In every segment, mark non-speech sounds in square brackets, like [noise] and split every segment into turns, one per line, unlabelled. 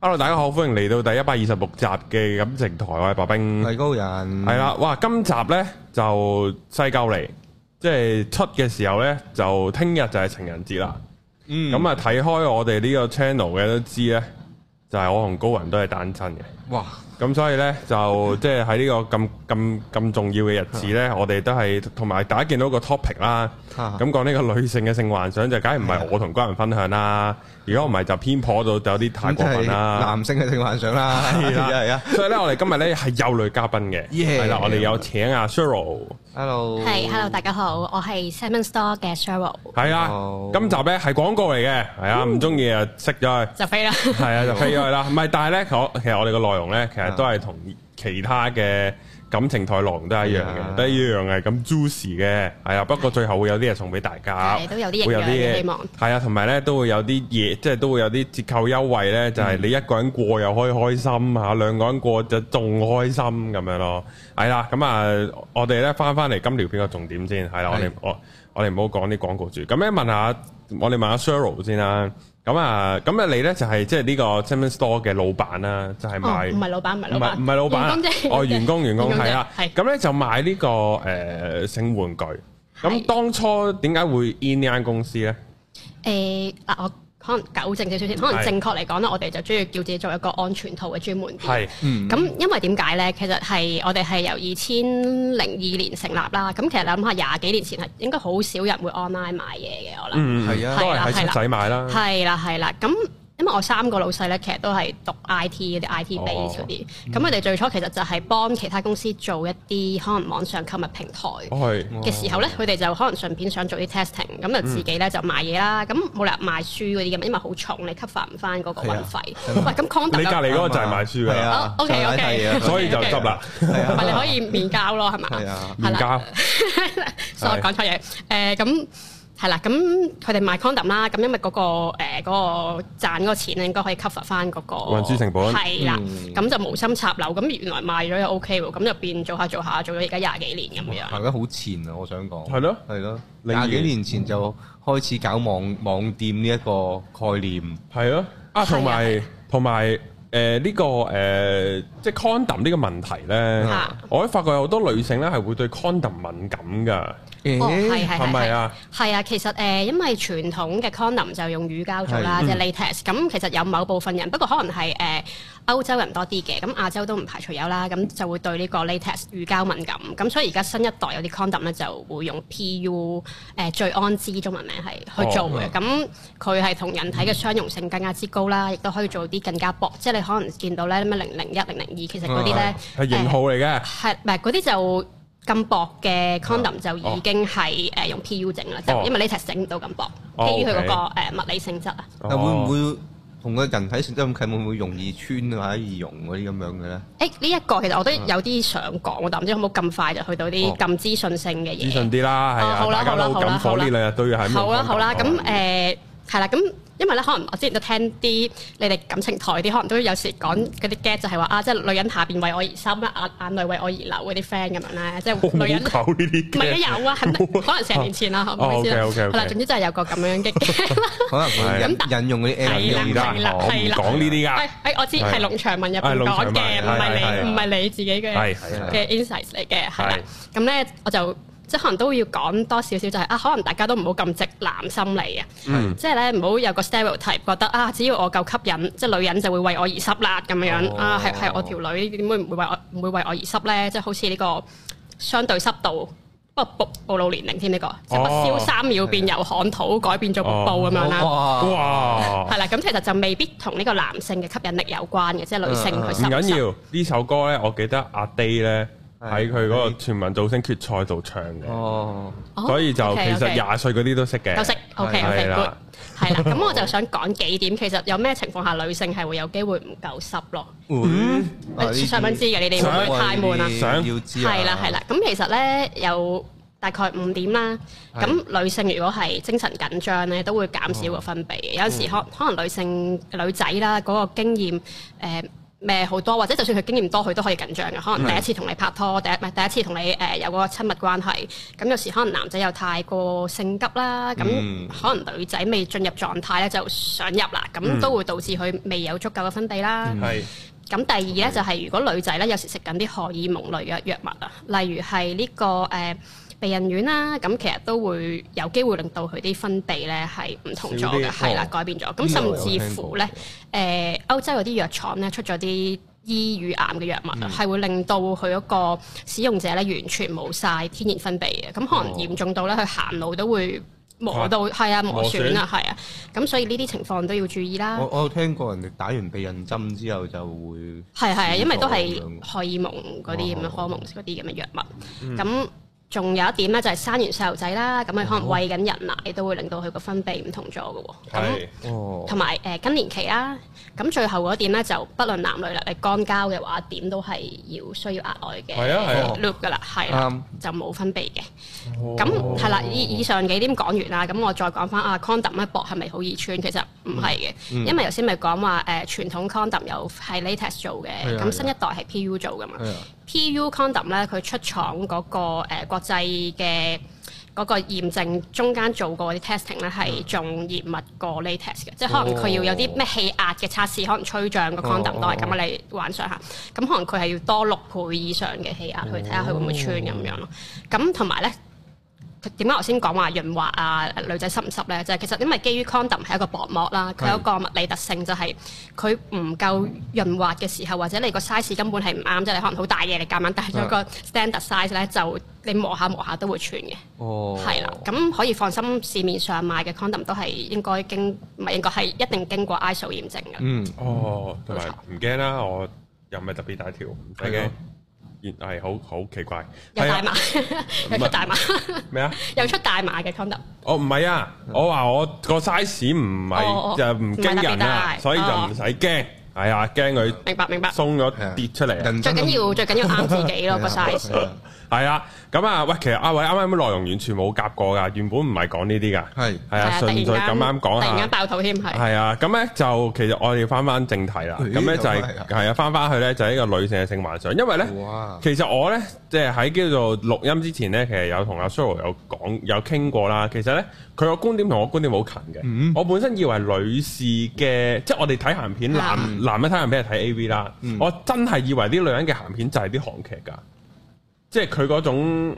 Hello，大家好，歡迎嚟到第一百二十六集嘅感情台，我係白冰，
系高人，
係啦，哇，今集呢就西鳩嚟，即係出嘅時候呢，就聽日就係情人節啦。
嗯，
咁啊、睇開我哋呢個 channel 嘅都知呢，就係我同高人都係單身嘅。
哇，
咁所以呢，
[laughs]
就即係喺呢個咁咁咁重要嘅日子
啊
呢，我哋都係同埋大家見到個 topic 啦。
咁
咁講呢個女性嘅性幻想就梗係唔係我同高人分享啦。如果唔係就偏頗到有啲太
咁
過
即
分
係
啦。
男性嘅性幻想啦， [laughs]
係啦
係啊
所以咧，我哋今日咧係有女嘉賓嘅，
Yeah
係啦，我哋有請阿 Cheryl，
，hello，
係，hello，大家好，我係 Seven Store 嘅 Cheryl，
係啦
好，
今集咧係廣告嚟嘅，係啊，唔中意啊，熄咗佢，
就飛啦。
係啊，就飛咗佢啦。唔係，但係咧，我其實我哋個內容咧，其實都係同其他嘅感情台內容都係一樣
係啊
嘅，都一樣係咁 juicy 嘅，係啊。不過最後會有啲嘢送俾大家，
係都有啲營養嘅
會嘢
希望
係啊，同埋咧都會有啲嘢，即係都會有啲折扣優惠咧，就係你一個人過又可以開心嚇，兩個人過就仲開心咁樣咯。係啦，咁啊，我哋咧翻翻嚟今條片嘅重點先，係啦，我哋
係
我我哋唔好講啲廣告住。咁咧問下，我哋問下 Cheryl 先啦。咁啊，咁啊，你咧就係即係呢個 Simon Store 嘅老闆啦，就係
哦，
賣
唔係老闆，唔
唔
係老
係
闆，
唔係老闆啊
員工啫
哦，員工員工
員工啫
係啦，
係
咁咧就賣呢個誒性玩具。咁
係
當初點解會 in 呢間公司咧？
[laughs] 誒嗱，我可能糾正少少先，可能
係
正確嚟講咧，我哋就中意叫自己做一個安全套嘅專門店。
係
嗯，
咁因為點解咧？其實係我哋係由二千零二年成立啦。咁其實諗下廿幾年前係應該好少人會 online 買嘢嘅，我諗。
嗯，
係啊
都係喺
係啦係
七
啦
仔買啦，
係啦，係啦。咁因為我三個老細咧，其實都係讀 I T 嗰啲 I T
哦
base 嗰啲，咁佢哋最初其實就係幫其他公司做一啲可能網上購物平台。
我係
嘅時候咧，佢哋就可能順便想做啲 testing，咁就
嗯
自己咧就賣嘢啦。咁冇理由賣書嗰啲嘅嘛，因為好重，你 cover 唔翻嗰個運費。喂，咁啊 condom
啊你隔離嗰個就係賣書㗎
係
啦，
啊
哦
就
，OK，OK
係睇嘢
[laughs] 所以就執啦，
係
唔
啊
係你可以面交咯，係嘛？
係啊
係
面
啦 [laughs]
交
所以我講錯嘢。誒咁係啦，咁佢哋賣 condom 啦，咁因為嗰個誒嗰個賺嗰個錢咧，應該可以 cover 翻嗰個
運輸成本
係啦
嗯，
咁就無心插柳，咁原來賣咗又 OK 喎，咁就變做下做下，做咗而家廿幾年咁樣。
行得好前啊，我想講，
係咯
係咯，
例如
廿幾年前就開始搞網網店呢一個概念，
係咯，啊，
係啊
同埋同埋誒呢個誒即係 condom 呢個問題咧
啊，
我都發覺有好多女性咧係會對 condom 敏感㗎，
哦，係係
係咪啊？
係啊，其實誒、呃因為傳統嘅 condom 就用乳膠做啦，
係
即
嗯
係 latex。咁其實有某部分人，不過可能係誒、呃、歐洲人多啲嘅，咁亞洲都唔排除有啦。咁就會對呢個 latex 乳膠敏感。咁所以而家新一代有啲 condom 咧就會用 PU 誒、呃、聚氨酯中文名係去做
哦嗯
嘅。咁佢係同人體嘅相容性更加之高啦，亦都可以做啲更加薄，即係你可能見到咧咩零零一、零零二，其實嗰啲咧
係型號嚟
啊
嘅，
係唔係嗰啲就咁薄嘅 condom 就已經係誒用 PU 整啦，
哦
就因為 latex 整唔到咁薄，
哦
基於佢嗰
OK
個誒物理性質啊。
但
哦
會唔會同個人體性質咁近，會唔會容易穿或者易溶嗰啲咁樣嘅
[laughs]
咧？
誒呢一個其實我都
嗯
有啲想講，但唔知可唔可以咁快就去到啲
哦
咁資訊性嘅
資
嘢。
訊啲啦，係
哦
啊，
好啦
大家都好
好啦
緊
好
火
啦
呢兩日都要喺
好啊啦好啦，咁
誒
誒係啦，咁因為咧，可能我之前都聽啲你哋感情台啲，可能都有時講嗰啲 get 就係話啊，即係女人下邊為我而心啦，眼眼淚為我而流嗰啲 friend 咁樣咧，即係女人
哦好搞呢啲
唔係
嘅，
啊有啊，肯定可能成年前啦，唔好意思啦。
哦，OK，OK，OK
係啦，總之就係有個咁樣嘅 get 啦。
可能會
咁
引引用嗰啲 L
係啦
容易啦
係啦
我唔
係啦
講呢啲㗎
誒哎誒，我知
係
係龍長文入
係
邊
龍長
講
文
嘅，唔
係
係
係
你唔係你自己嘅
係係
係
嘅 insights 嚟嘅，係啦
係。
咁咧我就即係可能都要講多少少，就係啊，可能大家都唔好咁直男心理啊，
嗯
即係咧唔好有個 stereotype 覺得啊，只要我夠吸引，即係女人就會為我而濕啦咁樣
哦
啊，係係我條女點會唔會為我唔會為我而濕咧？即係好似呢個相對濕度。不過暴暴露年齡添呢個，即係不
哦
消三秒變由旱土改變做瀑布咁樣
哦
啦。
哇，
哇！
係啦，咁其實就未必同呢個男性嘅吸引力有關嘅，即係女性佢
嗯唔
受
緊要，呢首歌咧，我記得阿 Day 咧
係
喺佢嗰個全民造星決賽度唱嘅，
哦，
所以就其實
OK，OK
廿歲嗰啲都識嘅。
休息，OK
係
OK
啦
good，係啦。咁我就想講幾點，其實有咩情況下女性係會有機會唔夠濕咯？
嗯，
你上文知嘅，你哋會唔會太悶啊？
想
要知啊，
係啦係啦，咁其實咧有大概五點啦。咁女性如果係精神緊張咧，都
哦
呃會減少個分泌嘅。有陣時可可能女性女仔啦，嗰個經驗誒呃咩好多，或者就算佢經驗多，佢都可以緊張嘅。
嗯
可能第一次同你拍拖，第一唔係第一次同你誒、呃有個親密關係，咁有時可能男仔又太過性急啦，咁
嗯
可能女仔未進入狀態咧就想入啦，
嗯
咁都會導致佢未有足夠嘅分泌啦。
係
咁第二咧就係如果女仔咧有時食緊啲荷爾蒙類嘅藥物啊，例如係呢、個誒、呃避孕丸啦，咁其實都會有機會令到佢啲分泌咧係唔同咗
少啲
嘅，係啦
哦
改變咗。咁
呢個我有
甚
聽
至
過
乎咧誒、呃、歐洲有啲藥廠咧出咗啲。醫乳癌嘅藥物
嗯
啊係、會令到佢嗰個使用者咧完全冇晒天然分泌嘅，咁可能
哦
嚴重到咧佢行路都會磨到係啊磨
磨損
損啊係啊，咁所以呢啲情況都要注意啦。
我我有聽過人哋打完避孕針之後就會
係係，因為都
咁
係
樣
荷爾蒙嗰啲咁
哦
樣
嗯
荷爾蒙嗰啲咁嘅藥物。咁仲有一點咧，就係生完細路仔啦，咁佢可
嗯
能喂緊人奶，都會令到佢個分泌唔同咗嘅喎。咁
係
哦
同埋誒更年期啦，咁最後嗰點咧就不論男女啦，你幹交嘅話點都係要需要額外
係啊係
啊哦
嘅 loop 噶啦，係
啱
啦，就冇分泌嘅。咁係啦，以以上幾點講完啦，咁我再講翻啊，condom 咧薄係咪好易穿？其實唔係嘅，
嗯
因為頭先咪講話誒傳統 condom 有係 latex 做嘅，
係啊
咁新一代係 PU 做噶嘛
係啊
，PU condom 咧佢出廠嗰個誒國際嘅。嗰個驗證中間做過啲 testing 咧係仲嚴密過 latex 嘅，即係可能佢要有啲咩氣壓嘅測試，可能吹脹個 condom 都係咁啊，你幻想下，咁可能佢係要多六倍以上嘅氣壓去睇下佢會唔會穿咁樣咯。咁同埋咧，點解頭先講話潤滑啊，女仔濕唔濕咧？就係、其實因為基於 condom 係一個薄膜啦，佢有一個物理特性就係佢唔夠潤滑嘅時候，或者你個 size 根本係唔啱，即係你可能好大嘢，你夾硬戴咗個 standard size 咧，就你磨下磨下都會穿嘅。
哦，
係啦，咁可以放心，市面上賣嘅 condom 都係應該經唔係應該係一定經過 ISO 驗證嘅。
嗯，
哦，同埋唔驚啦，我又唔係特別大條，唔使
係
驚
咯。
原係好好奇怪，
有
係
大
啊
碼，有出大碼，
咩啊？
[laughs] 有出大碼嘅 condom。
我唔係啊，我話我個 size 唔
哦
係
哦
就唔驚人啊，
唔係特別大哦
所以就唔使驚。係啊，驚佢
明白明白。
鬆
à.
咗跌出嚟啊。
人
最
生
緊要最緊要啱自己
à.
咯個 size。
係啊
係啊，咁啊，喂，其實阿偉啱啱啲內容完全冇夾過㗎，原本唔係講呢啲㗎。
係
係啊，
突
純
然
粹
間
咁啱講
突然
下
間。爆肚添，係
係啊，咁咧就其實我哋翻翻正題啦，
咦
咁咧就係
又係啊
係啊，翻翻去咧就係一個女性嘅性幻想，因為咧
哇
其實我咧即係喺叫做錄音之前咧，其實有同阿 Suro 有講有傾過啦。其實咧佢個觀點同我觀點好近嘅，
嗯
我本身以為女士嘅即係我哋睇鹹片，男
啊
男人睇鹹片係睇 A V 啦，我真係以為啲女人嘅鹹片就係啲韓劇㗎，即係佢嗰種。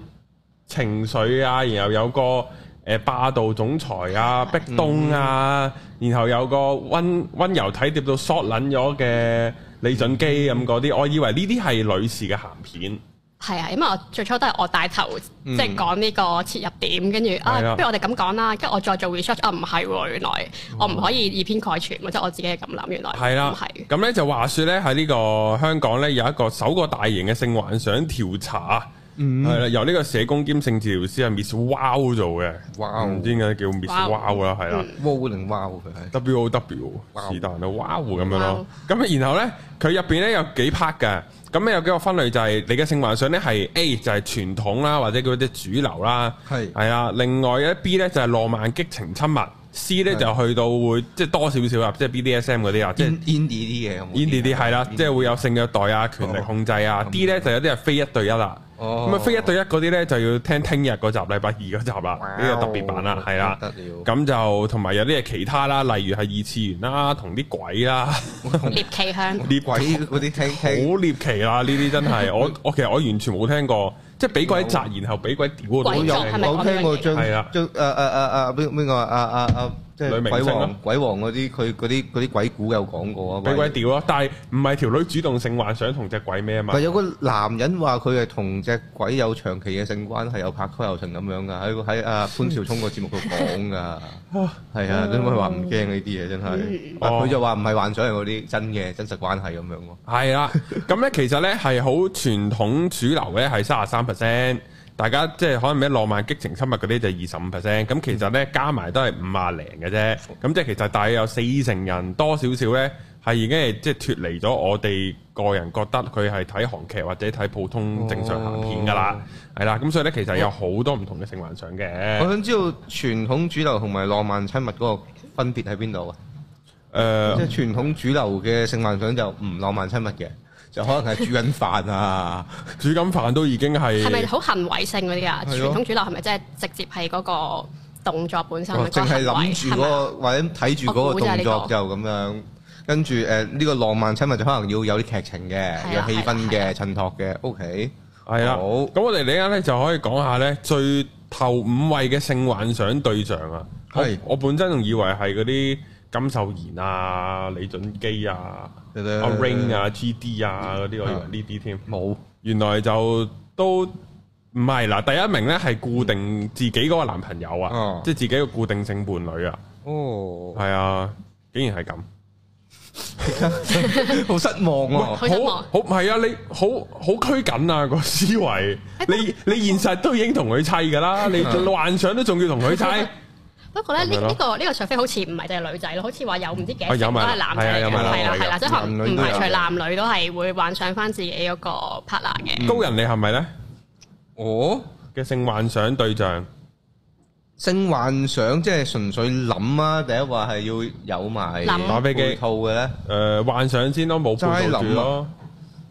情緒啊，然後有個誒、呃霸道總裁啊、壁咚啊，然後有個温温柔體貼到 short 撚咗嘅李準基咁嗰啲，我以為呢啲係女士嘅鹹片，
係啊，因為我最初都係我帶頭，即係講呢個切入點，跟住
係啦
啊，不如我哋咁講啦，跟住我再做 research，啊唔係喎，原來我唔可以以偏概全，或者我自己係咁諗，原來
係啦
唔係。
咁呢就話說呢，喺呢個香港呢，有一個首個大型嘅性幻想調查。
嗯
係啦，由呢個社工兼性治療師啊 Miss Wow 做嘅，
Wow
唔知點解叫 Miss
Wow
Wow 啦，係啦。
wow 定 wow 佢係
W O W
哇
是但啦，哇胡咁樣咯。咁啊然後咧，佢入邊咧有幾 part 嘅，咁咧有幾個分類就係你嘅性幻想咧係 A 就係傳統啦，或者叫啲主流啦，
係
係啊。另外咧 B 咧就係浪漫激情親密，C 咧
係
就去到會即係多少少啊，即係 B D S M 嗰啲啊，即係
In- indie 啲嘅
indie 啲係啦，即係會有性虐待啊、權力
哦
控制啊。D 咧就有啲係非一對一啦。
哦
咁啊，非一對一嗰啲咧就要聽聽日嗰集禮拜二嗰集啦，呢個特別版啦，係啦
不哦得了。
咁就同埋有啲係其他啦，例如係二次元啦，同啲鬼啦，
獵奇香
獵
鬼嗰啲聽
好
聽
獵奇啦，呢啲真
[laughs]
係我我其實我完全冇聽過，即係俾鬼砸，然後俾鬼屌我都
鬼
有
砸。係咪
我聽過張
係啦
張誒誒誒誒邊邊個啊啊啊即
女
係
明
鬼
星咯
王鬼王嗰啲佢嗰啲嗰啲鬼故有講過啊，
俾鬼屌咯，但係唔係條女主動性幻想同只鬼咩啊嘛
咪？有個男人話佢係同只鬼有長期嘅性關係，有拍拖有成咁樣噶，喺個喺阿潘兆聰個節目度講噶，係啊，你咪話唔驚呢啲嘢真係，但佢就話唔係幻想係嗰啲真嘅真實關係咁樣喎。
係啦，咁咧其實咧係好傳統主流咧係三十三 percent，大家即係可能咩浪漫激情親密嗰啲就二十五 percent，咁其實咧加埋都係五啊零嘅啫，咁即係其實大約有四成人多少少咧係已經係即係脱離咗我哋個人覺得佢係睇韓劇或者睇普通正常鹹片㗎啦，係啦、咁所以咧其實有好多唔同嘅性幻想嘅。
我想知道傳統主流同埋浪漫親密嗰個分別喺邊度啊？
诶
即係傳統主流嘅性幻想就唔浪漫親密嘅，就可能係煮緊飯啊，
煮緊飯都已經係
係咪好行為性嗰啲啊？
係
傳
咯
統主流係咪即係直接係嗰個動作本身？
哦淨係諗住嗰
個
個或者睇住嗰
啊我
個
估就係
動
呢個
作就咁樣。跟住誒呢個浪漫親密就可能要有啲劇情
係
嘅，
啦
有氣氛
係啦啊
嘅、襯托嘅，OK。
係啦。
好
咁我哋嚟緊咧就可以講下咧最頭五位嘅性幻想對象啊。我
係
我本身仲以為係嗰啲金秀賢啊、李準基啊、阿 Ring 啊、GD 啊嗰啲，我以為呢啲添。
冇
原來就都唔係嗱，第一名咧係固定自己嗰個男朋友啊，
哦
即係自己個固定性伴侶啊，
哦，
係啊，竟然係咁，
[laughs] 好失望喎。
好失望
哦好唔係啊，你好好拘謹啊個思
[laughs]
維，你你現實都已經同佢砌㗎啦，你
嗯
幻想都仲要同佢
[laughs]
砌，
不過咧，
咁樣
呢
咯
呢個呢個上飛好似唔係淨係女仔咯，好似話有唔知幾
啊
多
有
成都
埋
係男
係啊
仔嚟
有
嘅，
埋
係啦
男
係啦，
仔
即係可
男
能
女
唔
都
排
有
除男女都係會幻想翻自己嗰個 partner
嗯
嘅。
高人你係咪咧
哦，
嘅性幻想對象？
性幻想即係純粹諗啊，定係話係要有埋
諗
打飛機
配套嘅咧？
誒、幻想先咯，冇配
齋諗
套
啊
住咯，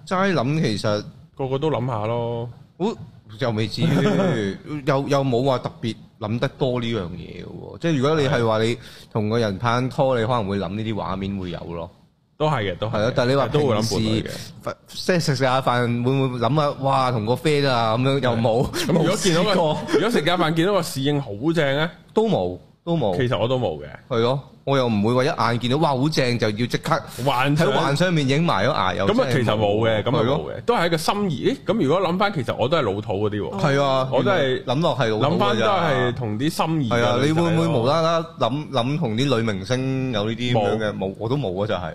齋諗其實。
個個都諗下咯，
哦又未至於， [laughs] 又又冇話特別諗得多呢樣嘢嘅喎。即係如果你係話你同個人拍拖，你可能會諗呢啲畫面會有咯。
都係嘅，都係
係
嘅。
咯，但係你話
都會
平
諗伴侶
時
嘅。
即係食下飯會唔會諗啊？哇，同個 friend 啊咁樣又冇，
咁如果
冇
見到
試
個
過，
如果食緊飯見到個侍應好正咧，
都冇都冇，
其實我都冇嘅。
係咯，我又唔會話一眼見到哇好正就要即刻
幻想
喺幻想入面影埋咗牙又
咁啊，
真係
其實冇嘅，咁啊
係
冇
咯，
嘅，都係一個心意。咦咁如果諗翻，其實我都係老土嗰啲喎，
係啊，
我都係
諗落係老
諗
土
翻
㗎
都
咋
係同啲心意嘅
啊係啊，
女
你
仔
會
咯。
唔會無啦啦諗諗同啲女明星有呢啲咁樣嘅？冇，我都冇啊，
冇？
就係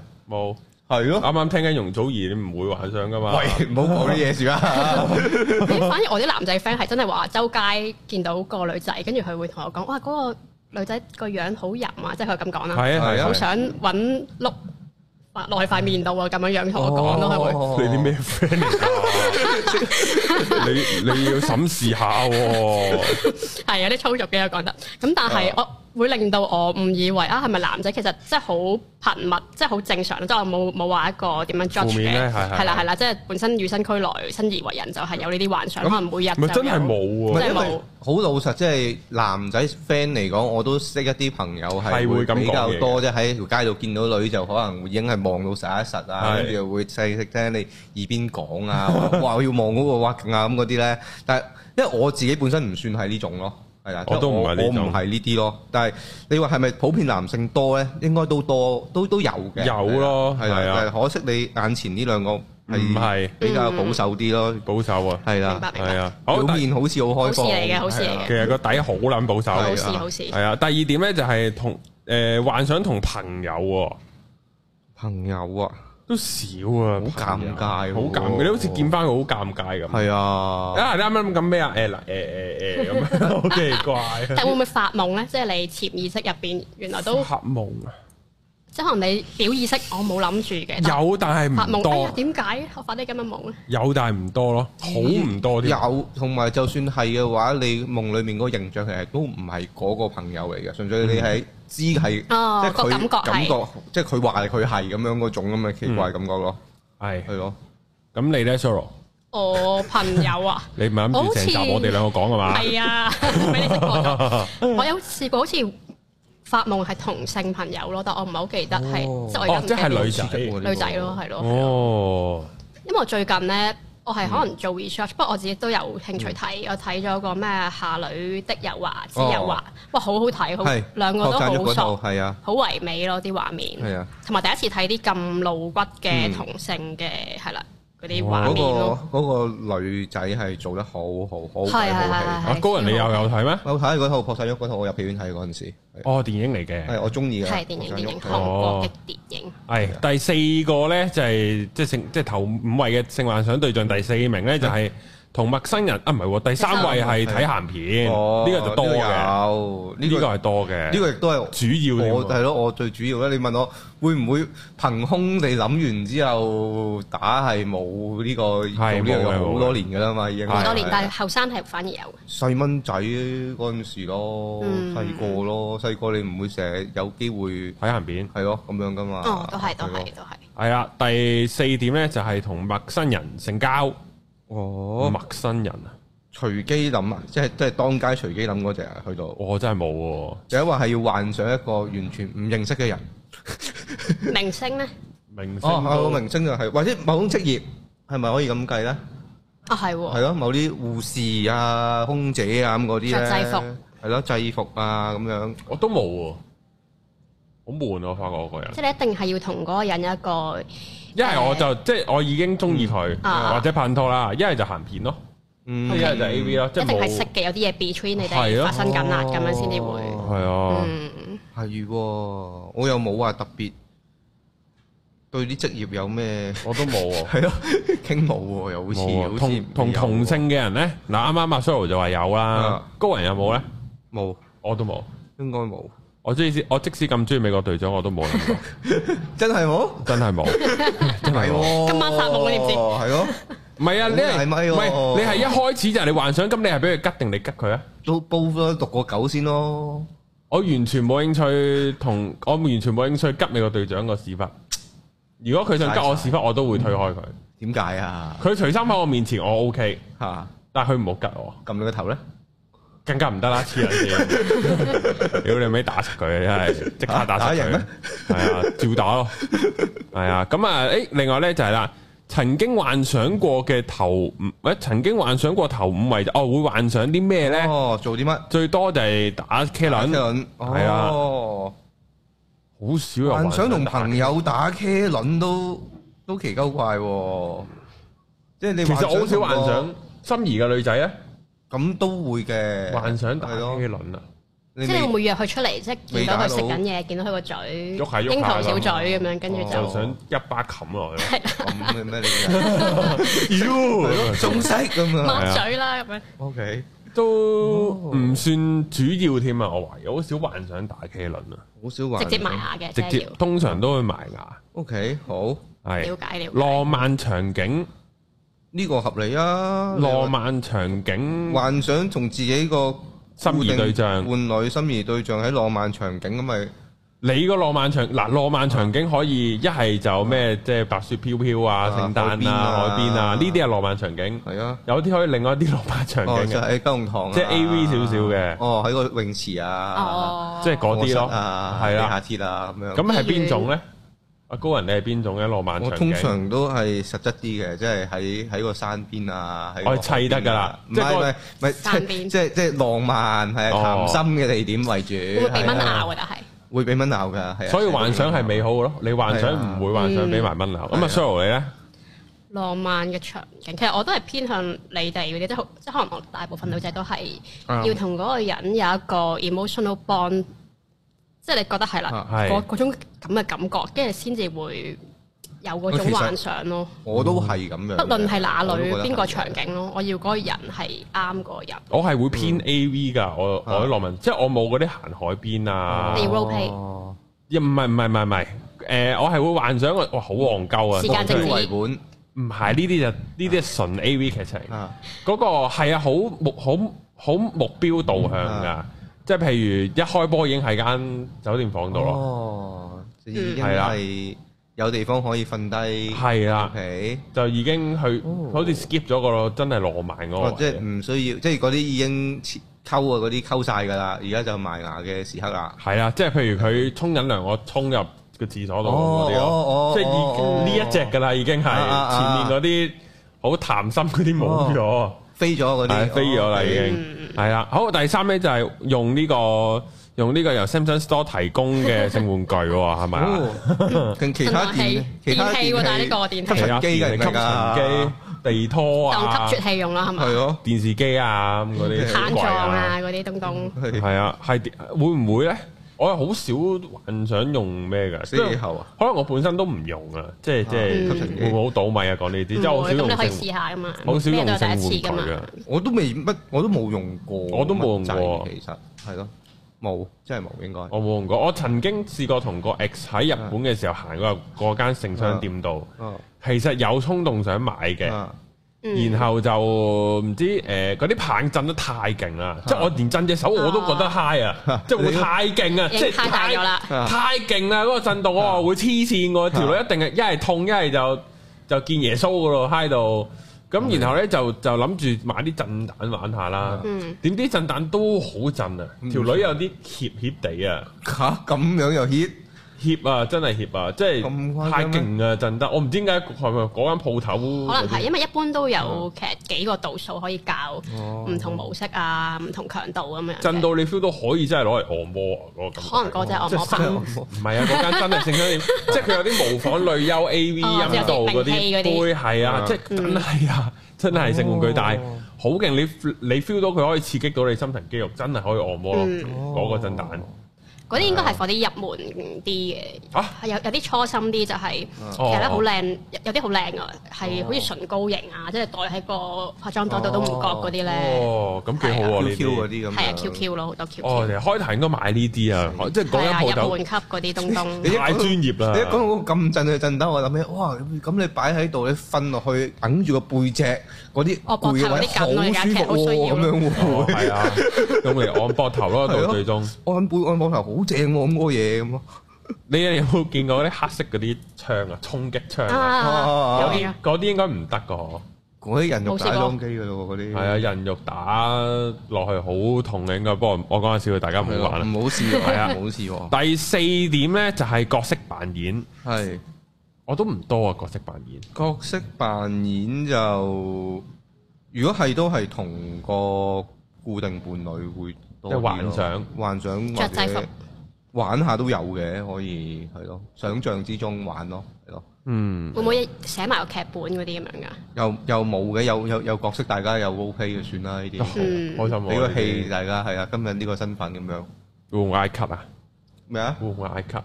係咯。
啱啱聽緊容祖兒，你唔會幻想噶嘛？
喂，唔好講呢嘢住啊！
咦反而我啲男仔 friend 係真係話周街見到個女仔，跟住佢會同我講：哇，嗰個女仔個樣好淫啊！即係佢咁講啦，
係啊
係
係
啊
啊
好，想揾碌落去塊面度啊！咁樣樣同我講咯，佢會。
哦
你啲咩 friend 嚟㗎？
[laughs]
你你要審視下
[laughs]
喎，
係啊有啲粗俗嘅我講得，咁但係
啊
我會令到我誤以為啊，係咪男仔其實即係好頻密，即係好正常，啊即係我冇冇話一個點樣
負
judge
面
嘅，
呢係係
係啦係啦，即係本身與生俱來，生而為人就係有呢啲幻想，
咁
可能每日
咪
就
真係
有
冇
唔
喎
即。
係
係
因為
冇
好老實，即係男仔 friend 嚟講，我都識一啲朋友係
係會
會
咁
比較
講嘢
多，即係喺條街度見到女就可能已經係望到實一實啊，
係
跟住又會細細聽你耳邊講啊，
[laughs]
話我要望嗰個哇勁啊咁嗰啲咧。但係因為我自己本身唔算係呢種咯，係啦，
我都唔係呢種
我唔係呢啲咯。但係你話係咪普遍男性多咧？應該都多，都都有嘅，
有咯
係啦
係
係
啊
啦。但係可惜你眼前呢兩個
唔係
比較保守啲咯，
保守啊，
係
明
啦
白。
係啊。好，
表
第
面好似好開放，
好事嚟嘅好事嚟嘅
係啊
其實個底好撚保守。
好
係
事
啊
好事
系，啊，第二點咧就係同诶幻想同朋友喎
朋友啊，
都少啊，
好尷尬喎
好尷尬，你好似見翻佢好尷尬咁。
係啊，
啊，你啱啱咁咩啊？诶嗱，诶诶诶咁樣，好奇怪啊！
但會唔會發夢咧？即係你潛意識入邊原來都
黑夢啊，
即係可能你表意識我冇諗住嘅，但
有但
發
係唔
夢哎呀
多，
點解我發啲咁嘅夢咧？
有但係唔多咯，好唔多啲。
有同埋就算係嘅話，你夢裡面嗰個形象其實都唔係嗰個朋友嚟嘅，純粹你係知係，
哦
即係
個
佢
感覺係
感覺，即係佢話佢係咁樣嗰種咁嘅奇怪感覺咯，
係
係咯，
咁你咧，Soro，
我朋
[laughs]
友啊。
你唔係諗住成集
好似
我哋兩個講係嘛？
係啊，俾你識過
[laughs]
咗。我有試過好似發夢係同性朋友咯，但我唔係好記得係
哦
即係我而家
哦
唔，記
即
得
係女
好刺激
仔。
喎呢個
女仔咯，係咯。
哦，嗯
因為我最近咧，我係可能做 research，不過我自己都有興趣睇，我睇咗個咩《下女的誘惑》《之誘惑》
哦，
哇，好好睇，好
係
兩個都
擴散咗
好
嗰
熟
套，。係啊，
好唯美咯啲畫面，
係啊，
同埋第一次睇啲咁露骨嘅
嗯
同性嘅係啦嗰啲
哇
畫
嗰
面咯，
個嗰個女仔係做得好好好鬼
係係
好
係
戲。
係
啊，高人你又有睇咩？
我睇嗰套《破產咗》嗰套，我入戲院睇嗰陣時，係
哦，電影嚟嘅。
係我中意嘅。
係電影電影
破
韓
產咗
國嘅電影。
系第四個咧就係即係性即係頭五位嘅性幻想對象，第四名咧就係同陌生人啊，唔係喎，第三位係睇鹹片，
哦，
呢個就多嘅，
有
呢
呢
個
個
係多嘅，
呢個亦都係
主要添
我
喎
係咯，我最主要咧，你問我會唔會憑空地諗完之後打係冇呢個
係
做呢
冇嘅
個
冇嘅
好多年㗎啦嘛，已經
好多
係
年
啊，
但係後生係反而有嘅。
細蚊仔嗰陣時咯，
嗯
細個咯，細個你唔會成日有機會
睇鹹片。
係咯咁樣噶嘛。
哦，都係，都
啊咯
係，。都係。
係啦，第四點咧就係同陌生人性交，
哦，
陌生人啊，
隨機諗啊，即係即係當街隨機諗嗰只啊，去到。
我真係冇喎。
有一話係要幻想一個完全唔認識嘅人，
明星咧，
明星
哦，
都
有個明星就係，或者某種職業係咪可以咁計咧？
啊係喎
係，咯，某啲護士啊、空姐啊咁嗰啲咧，
着制服
係咯，制服啊咁樣，
我都冇喎，好悶啊我發覺我個人。
即係你一定係要同嗰個人有一個
一係我就即係我已經中意佢，
啊
或者拍拖啦；一係就行片咯，一
嗯
係就 A V 咯，即
一
係
定係
冇
識嘅，有啲嘢 between 你
係
哋
咯
發生緊啦，咁樣先至會。
係啊，
嗯，
係喎，我又冇話特別對啲職業有咩
我都冇喎。
係咯， [laughs] 傾慕喎，又好似
冇
好
喎
似
同同同性嘅人咧，嗱啱啱阿 Solo 就話有啦
啊，
高人有冇咧？
冇，
我都冇。
應該冇，
我即使我即使咁中意美國隊長，我都冇諗過，
真係冇， [laughs]
真係冇，真係冇。
喎
今晚發夢你知唔知
係咯，
唔係啊，你係
好大
唔
咪喎
係你係一開始就係你幻想，咁你係俾佢吉定你吉佢啊？
都煲咗六個九先咯，
我完全冇興趣同我完全冇興趣吉美國隊長個屎忽。如果佢想吉我屎忽，我都會推開佢。
點解啊？
佢除衫喺我面前，我 O K，
嚇，
但係佢唔好吉我，
撳你個頭咧，
更加唔得啦！黐撚線，
[laughs]
屌你咪打柒佢啊！真係即刻打
打
柒
人
佢
咩，
係啊，照打咯，係啊。咁啊，誒，另外咧就係啦，曾經幻想過嘅頭五，誒，曾經幻想過頭五位就，哦，會幻想啲咩咧？
哦，做啲乜？
最多就係打 K
打
輪，
輪，
係啊
哦。
好少有
幻想同
打
朋友打茄輪都都奇鳩怪喎，即係你
其實我好少幻
同
想心儀嘅女仔咧，啊
個，咁都會嘅
幻想打
係咯
K 輪啊，
你
即係你會唔
未
會約佢出嚟，即係見到佢食緊嘢，見到佢個嘴，
喐下喐下
櫻桃小嘴咁樣，跟住
哦
就
就
想一巴冚落去咯。
咁嘅咩？你
妖
中式
係
咁啊
啊
抹嘴啦咁樣。
？OK，
都唔算主要添啊！我懷疑好少幻想打茄輪啊，
好少幻想
直接埋牙嘅，
直
即係
接
要
通常都會埋牙，
OK，好
係
了解了解。
浪漫場景，
呢個合理
哦
啊！
浪漫場景
幻想同自己個固
心
定
儀對象，
伴侶心儀對象喺浪漫場景咁咪
你個浪漫場嗱浪漫場景可以一係就咩即係白雪飄飄啊、
啊
聖誕啊、海
海
邊
邊
啊，
啊
呢啲係浪漫場景，
係啊！
有啲可以另外一啲浪漫場
哦，
景
就
嘅，
喺九龍塘啊，
即係 AV 少少嘅
哦，喺個泳池啊，
哦，
即係嗰啲咯，
課室啊，
係啦
地下。鐵啊咁樣。
咁係邊種咧？阿高人你係邊種咧？浪漫
我
場
通
景。
常都係實質啲嘅，即係喺喺個山邊啊，喺個
我砌得㗎啦
海
即係
邊啊
嗰
唔
個
係唔係
山
唔係，
邊
即即係即係浪漫係
哦
啊談心嘅地點為主，
會唔會俾蚊
係啊
咬啊？但係
會俾蚊咬㗎，係啊。
所以幻想係美好嘅咯，你幻想唔會幻
嗯
想俾埋蚊咬。咁啊
係啊
，Solo 你咧
浪漫嘅場景，其實我都係偏向你哋嗰啲，即係好即係可能我大部分女仔都係
啱
啊
要同嗰個人有一個 emotional bond，即係你覺得係啦
啊，
係
嗰嗰種咁嘅感覺，跟住先至會有嗰
其
種
實
幻想咯。
我都係咁
啊
樣嘅，
不論係哪
我都
裏
覺得係
邊個場景咯，我要嗰個人係啱嗰個人。
我係會
嗯
偏 A V 噶，我
啊
我啲浪漫，即係我冇嗰啲行海邊啊
你，要 role play
哦
又唔係唔係唔係唔係，誒，我係會幻想我哇好戇鳩啊，
時間
以
靜止
為
唔係呢啲就呢啲係純 A V 劇情，
本啊，
嗰個係啊好目好好目標導向噶
啊，
即係譬如一開波已經喺間酒店房度咯，嗯
哦，就已經
係啦
係有地方可以瞓低，
係啊啦
OK。
就已經去
哦
好似 skip 咗個真係浪漫嗰
哦，
個
即係
位，
唔需要，即係嗰啲已經切溝啊，嗰啲溝晒㗎啦，而家就埋牙嘅時刻啦。
係啊啦，即係譬如佢沖緊涼，我沖入個廁所度嗰啲咯。啊
哦
即係已呢一隻㗎啦，已經係
啊啊啊
前面嗰啲好談心嗰啲冇咗，
飛咗嗰
係
啲，哦
飛咗啦已經。係啦，好第三咧就係用呢個用呢個由 Samsung Store 提供
[laughs]
嘅性玩具喎，係咪啊？
哦。跟其他電其他
電器喎但係呢個電器
吸
係
塵
啊，
機
電
嘅
力
唔
吸
係
塵
㗎
機、地拖
當
啊
吸、啜器用啦，係咪
係？咯，
電視機啊咁嗰啲
棒
嗯
櫃
狀啊，嗰啲東東，
係啊，係會唔會咧？我我係好少幻想用咩㗎，
死
因為
後啊，
可能我本身都唔用啊，即係即係
嗯
吸塵機
會唔會好倒米啊？講呢啲即係我
唔
好少
會嗯咁
用
你可以
性
試下噶嘛，
好少
咩
用
都
性
係
玩
第
具
一次噶嘛。
嘅，
我都未乜，我都冇用過，
我都冇用過
乜掣其實係咯，冇真係冇應該。
我冇用過。我曾經試過同個 ex 喺日本嘅時候行過嗰間聖商店度，
哦
其實有衝動想買嘅。
啊
嗯
然後就唔知誒嗰啲棒震得太勁啦，即係我連震隻手我都覺得 high 啊，即係會太勁啊，即
已
係
經哦太大咗啦
太太勁啦！嗰個震動我話
啊
會黐線喎，條女一定係一係痛一係就就見耶穌嗰度 high 到。
嗯
咁然後咧就就諗住買啲震蛋玩下啦，
嗯
點知震蛋都好震啊！
嗯
條女有啲怯怯地啊，
嚇咁樣又 hit，
怯啊，真係怯啊，即係
咁誇張
太
咩
勁啊震得，我唔知點解係咪嗰間鋪頭
可
嗰啲
能係因為一般都有其實幾個度數可以教唔同模式啊、唔同強度咁樣嘅。
震到你 feel 到可以真係攞嚟按摩啊嗰個感覺。
可能嗰隻按
即
摩 [laughs]
係
棒。
唔係啊，嗰間真係正商店，即係佢有啲模仿女優 A V
哦
音度嗰啲
即係啲名氣嗰啲
杯係啊，
嗯
即係真係啊，真係性玩具大
哦，
好勁！你你 feel 到佢可以刺激到你心神肌肉，真係可以按摩咯。
嗯
嗰個震蛋
嗰啲應該係嗰啲入門啲嘅，
啊
係有有啲初心啲就係、其實咧好靚，有有啲好靚啊，係好似唇膏型啊，即係袋喺個化妝袋度都唔覺嗰啲咧，
哦，咁幾好喎呢
QQ
啲。
嗰啲咁樣。
係啊 QQ 咯，好多 QQ，
哦，其實開頭應該買呢啲啊，即係嗰間
係啊
鋪
入
頭
門級嗰啲東
你
東，
一
太專業啦
你一講到嗰個咁震嘅震蛋，我諗起哇！咁你擺喺度，你瞓落去，揞住個背脊嗰啲
哦膊頭
攰嘅位，
啲緊啊而家
好舒
其實好需
服喎，
要
咁樣
哦
喎。
係
[laughs]
啊，用嚟按膊頭咯，
係
到
咯
最終。
按背按膊頭好正喎，咁嗰個嘢咁咯。
你有冇見過嗰啲黑色嗰啲槍啊，衝擊槍啊？
啊，有
哦
嘅
嗰啲應該唔得噶嗬。
嗰啲人肉打
冇試過
樁機嘅咯喎，嗰啲
系啊，人肉打落去好痛嘅，應該。不過我講下笑俾大家唔
係
好玩
咯，
啦。
唔好試喎，
係啊
唔好試喎。
第四點呢，就係角色扮演，
係
我都唔多啊角色扮演。
角色扮演就，如果係都係同個固定伴侶會
即
多啲咯
係幻想
幻想
着制
或
服
者玩下都有嘅，可以係咯，想像之中玩咯，係咯。
嗯，
會唔會寫埋個劇本嗰啲咁樣噶？
又又冇嘅，有有有角色，大家有 OK 嘅算啦呢
都
啲。
好
嗯
哦開心喎。
你個
呢啲
戲大家係啊，今日呢個身份咁樣
會唔會嗌 cut 啊？
咩啊？
會唔會嗌 cut 啊？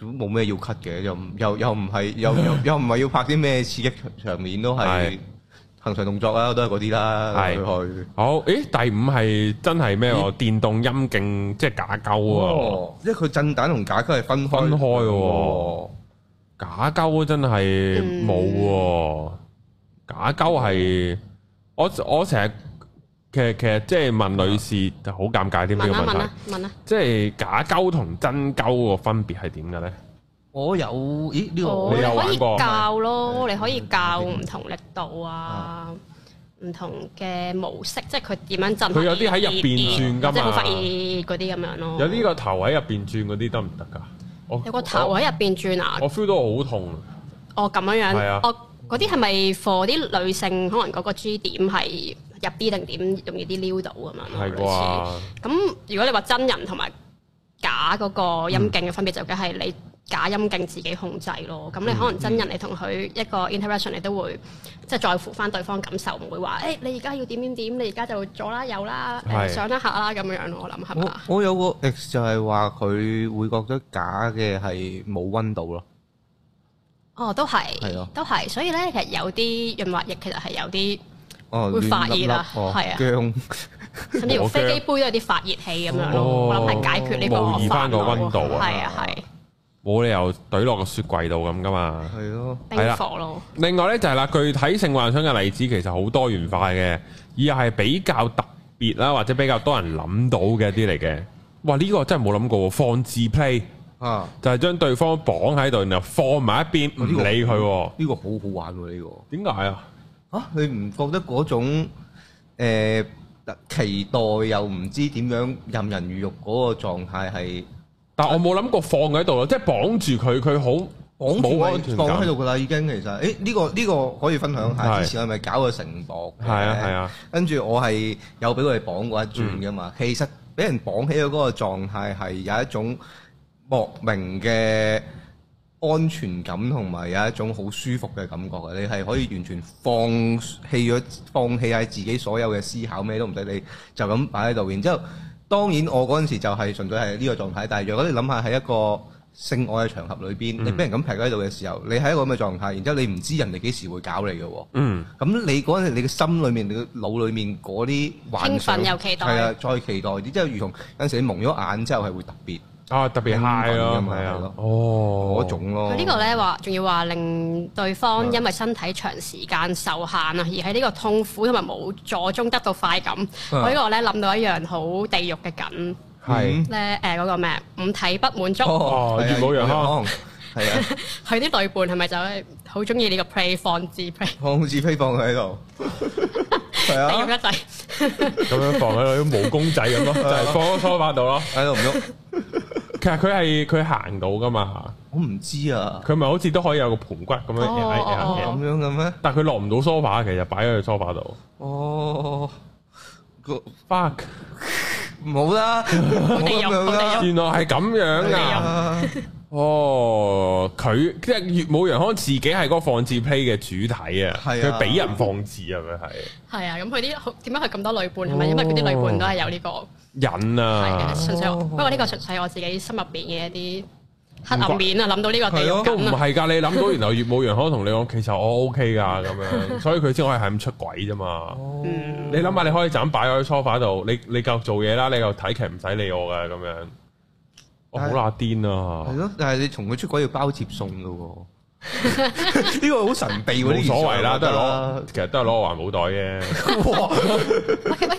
都冇咩要 cut 嘅，又唔又又唔係又又又唔係要拍啲咩刺激場場面，都
係
係行常動作啦，都係嗰啲啦，
係
去去。
好，咦，第五係真係咩喎？電動音徑即係假鳩啊！
嗯哦，因為佢震蛋同假區係分開
分
哦
開嘅喎
喎。
假鳩真係
嗯
冇喎，假鳩係我我成日其實其實即係問女士就好尷尬添呢
問
個
啊問
問題
啊。問啊，
即係假鳩同真鳩個分別係點嘅咧？
我有咦呢個
哦
你有
可
玩
以
過嗯
教咯，
係
你可以教唔同力度啊。唔同嘅模式，即係佢點樣震。
佢有啲喺入邊轉㗎嘛
即係好發熱嗰啲咁樣咯。
有呢個頭喺入邊轉嗰啲得唔得㗎？我
有個頭喺入邊轉啊
我，我 feel 到我好痛啊！
哦咁樣
係啊
樣，哦嗰啲係咪 for 啲女性可能嗰個 G 點係入 B 定點容易啲撩到咁樣咯？
係
類似
啩？
咁如果你話真人同埋假嗰個陰莖嘅分別就梗係你假陰莖自己控制咯。咁你
嗯
可能真人你同佢一個 interaction 你都會即係在乎翻對方感受，唔會話誒、你而家要點點點，你而家就左啦右啦，誒、
係
上一下啦咁樣咯。我諗係咪
我
啊？
我有個 ex 就係話佢會覺得假嘅係冇温度咯。
哦，都
係
係
啊，
都係。所以咧，其實有啲潤滑液其實係有啲。
哦，
會發熱啊
亂粒粒哦
係啊
姜
甚至乎
我驚
飛機杯都有啲發熱器咁樣咯，
哦
我諗係解決呢個
模擬返個溫度啊
係啊係
冇理由懟落個雪櫃度咁㗎嘛？
係咯。
係啦
冰火咯，
另外呢，就係啦，具體性幻想嘅例子其實好多元化嘅，而係比較特別啦，或者比較多人諗到嘅一啲嚟嘅。哇！呢、個真係冇諗過喎，放置 play
啊！
就係將對方綁喺度，然後放埋一邊唔
呢個
理佢喎。
呢個好好玩喎，呢個
點解啊？
啊，你唔覺得嗰種、呃、期待又唔知點樣任人魚肉嗰個狀態係
但我冇諗過放佢喺度咯，即係綁住佢，佢好
綁住
冇
我
安全感嗯
綁喺度㗎啦，已經其實，誒呢、個呢、個可以分享下。
係
之前我咪搞個城博嘅，
係啊係啊，
跟住我係有俾佢哋綁過一轉㗎嘛。其實俾人綁起咗嗰個狀態係有一種莫名嘅安全感，同埋有一種好舒服嘅感覺嘅。你係可以完全放棄咗，放棄晒自己所有嘅思考，咩都唔使，你就咁擺喺度，然之後。當然我嗰陣時就係純粹係呢個狀態，但係若果你諗下喺一個性愛嘅場合裏邊，你俾人咁劈喺度嘅時候，你喺一個咁嘅狀態，然之後你唔知人哋幾時會搞你嘅喎。
嗯，
咁你嗰陣時，你嘅心裏面、你嘅腦裏面嗰啲幻想
興奮又期待
係啊，再期待啲，即係如同有陣時你蒙咗眼之後係會特別
啊特別
興奮
high 咯，
㗎嘛
係
係
啊
咯，
哦，嗯
嗰種咯。
佢呢個咧話，仲要話令對方因為身體長時間受限啊，而喺呢個痛苦同埋無助中得到快感。
嗯
我呢個咧諗到一樣好地獄嘅緊
係
嗯
咧，誒嗰個咩五體不滿足，
哦
係啊
元寶陽康，
係啊，
[laughs] 佢啲女伴係咪就係好中意呢個 play 放置 play
放置飛放佢喺
[laughs]
度，係
地
啊
獄，一仔？
咁樣放喺度啲毛公仔咁
[laughs]
咯，就係放喺梳化度咯。
喺度唔喐，
其實佢係佢行到噶嘛，
我唔知啊，
佢咪好似都可以有個盤骨咁樣哎
哦
壓壓
哦
壓
哦
咁樣嘅咩？
但係佢落唔到梳化，其實擺喺佢梳化度。
哦，個
fuck，
冇啦，冇
地
咁
獄
樣啦
好地
原來係咁樣
地獄
啊！
啊，
哦，佢即係月武陽康自己係嗰個放置 play 嘅主體啊，
係啊
佢俾人放置係咪係
係啊，咁佢啲好點解佢咁多女伴
哦
係咪？因為佢啲女伴都係有呢個
人啊？
係純粹我，不過呢個純粹我自己心入邊嘅一啲黑暗面啊，諗到呢個地
係
獄
咯
都唔
緊啊，
係㗎，你
[laughs]
諗到原來月武陽康同你講，其實我 OK 㗎咁樣，所以佢先可以係咁出軌啫嘛。
嗯，
你諗下，你可以就咁擺喺 sofa 度，你你繼續做嘢啦，你又睇劇唔使理我㗎咁樣。我好乸癲
係
啊！
咯，但係你同佢出軌要包接送嘅喎，
[laughs]
呢個好神秘喎，呢
冇
件事
所謂啦，
我覺
都係
得
攞，其實都係攞個環保袋嘅。
[laughs]
喂喂，突然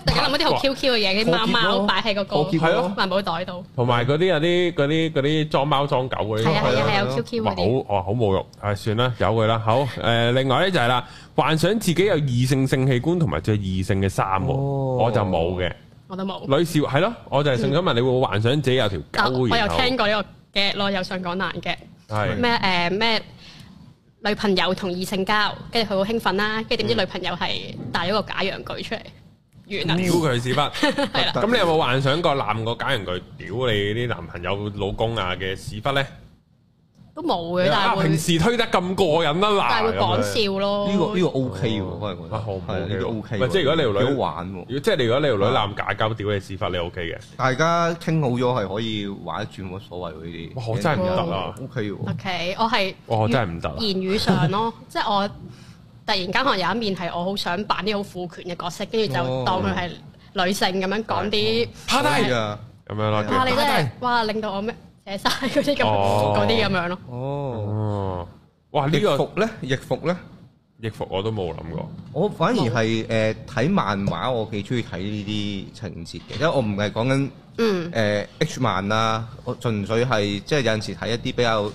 間諗到啲好 Q Q 嘅嘢，啲貓貓擺喺嗰個
破結咯
環保袋度，
同埋嗰啲有啲嗰啲嗰啲裝貓裝狗嗰啲，
係啊係啊係
係
有
啊
Q Q
哇
嗰
好
啲，
哇好侮辱，唉算啦，由佢啦。好誒、另外咧就係啦，幻想自己有異性性器官同埋着異性嘅衫喎，
哦
我就冇嘅。
我都冇。
女士係咯，我就係想問你會唔會幻想自己有條
但嗯哦
鳩，
我又
然後
聽過呢個 get 咯，又想講難 get
係
咩誒咩女朋友同異性交，跟住佢好興奮啦，跟住點知女朋友係帶咗個假陽具出嚟，完啦。
屌佢
[laughs]
屎忽。
啊
咁你有冇幻想過攬個假人具屌你啲男朋友老公啊嘅屎忽咧？
都冇嘅，但
啊，
係
平
會
時推得咁過癮啦嗱，
但係會講
啊咁樣
笑咯。
呢個呢個 OK 喎，可能我覺得
啊好唔好
係啊呢個 OK
喂
喎。
即係如果你條女
幾好玩喎
如，果即係你如果你條女攬假鳩屌你屎忽，你 OK 嘅？
大家傾好咗係可以玩一轉，冇乜所謂喎呢啲。
哇我真係唔得啊
！OK 喎，
OK，我係
哇我真係唔得啊
言語上咯， [laughs] 即係我突然間可能有一面係我好想扮啲好父權嘅角色，跟住就
哦
當佢係女性咁樣講啲
趴低
啊！
咁樣咯，
係
哇
叫
你真係哇令到我咩扯晒嗰啲咁
哦
嗰啲咁樣咯。
哦，
哦，哇！呢
逆
個
服哦咧，逆服咧，
逆服我都冇諗過，
我反而係誒睇漫畫，我幾中意睇呢啲情節嘅，因為我唔係講緊
嗯，
誒 H 漫啦，我純粹係即係有陣時睇一啲比較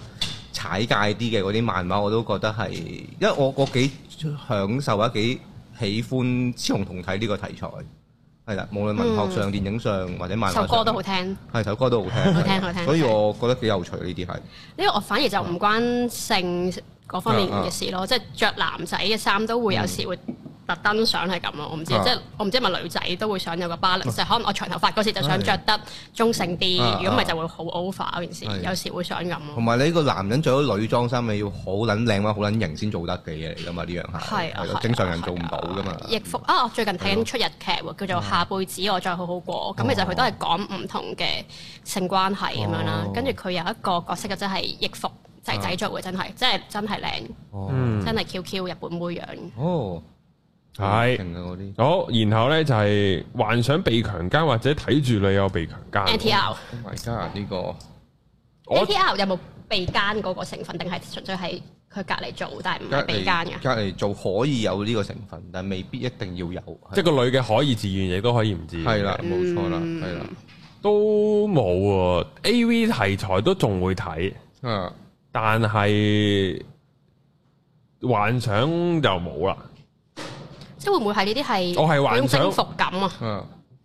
踩界啲嘅嗰啲漫畫，我都覺得係，因為我我幾享受或者幾喜歡雌雄同體呢個題材，係啦，無論文學上、電影上或者漫畫
首
上，
歌都好聽。
係首歌都好聽，
好聽好聽
所以我覺得幾有趣呢啲係。
呢個我反而就唔關性嗰方面
嗯
嘅事咯，即係着男仔嘅衫都會有時會特登想係咁咯。我唔知，
啊
即係我唔知係咪女仔都會想有個 balance，就係可能我長頭髮嗰時就想
係
着得中性啲，
啊
如果唔係就會好 over 嗰件事。
係
有時會想咁
同
咯，
埋你個男人着咗女裝衫，你要好撚靚或好撚型先做得嘅嘢嚟噶嘛？呢樣係
係啊
係，
係啊
咯正常人做唔到噶嘛。
易服啊！我最近睇緊出日劇喎，叫做《下輩子我再好好過》，咁其實佢都係講唔同嘅性關係咁樣啦
哦。
跟住佢有一個角色嘅真係易服仔仔做嘅，真係真係真係靚，
哦，
嗯
真係 QQ 日本妹樣。
哦，
係
勁啊嗰啲。
好，然後咧就係幻想被強姦或者睇住你有被強姦。
NTR。
Oh my god！呢個
A
啊我
T R 有冇被奸嗰個成分，定係純粹係佢隔離做，但係唔
隔
係被奸
離
嘅？
隔離做可以有呢個成分，但未必一定要有。
即係個女嘅可以自願，亦都可以唔自願。
係啦，，冇錯啦，
嗯
係啦。
都冇喎。A V 題材都仲會睇，
啊，
但係幻想就冇啦。
即係會唔會係呢啲係
我係幻
嗰種
想
征服感啊？
啊，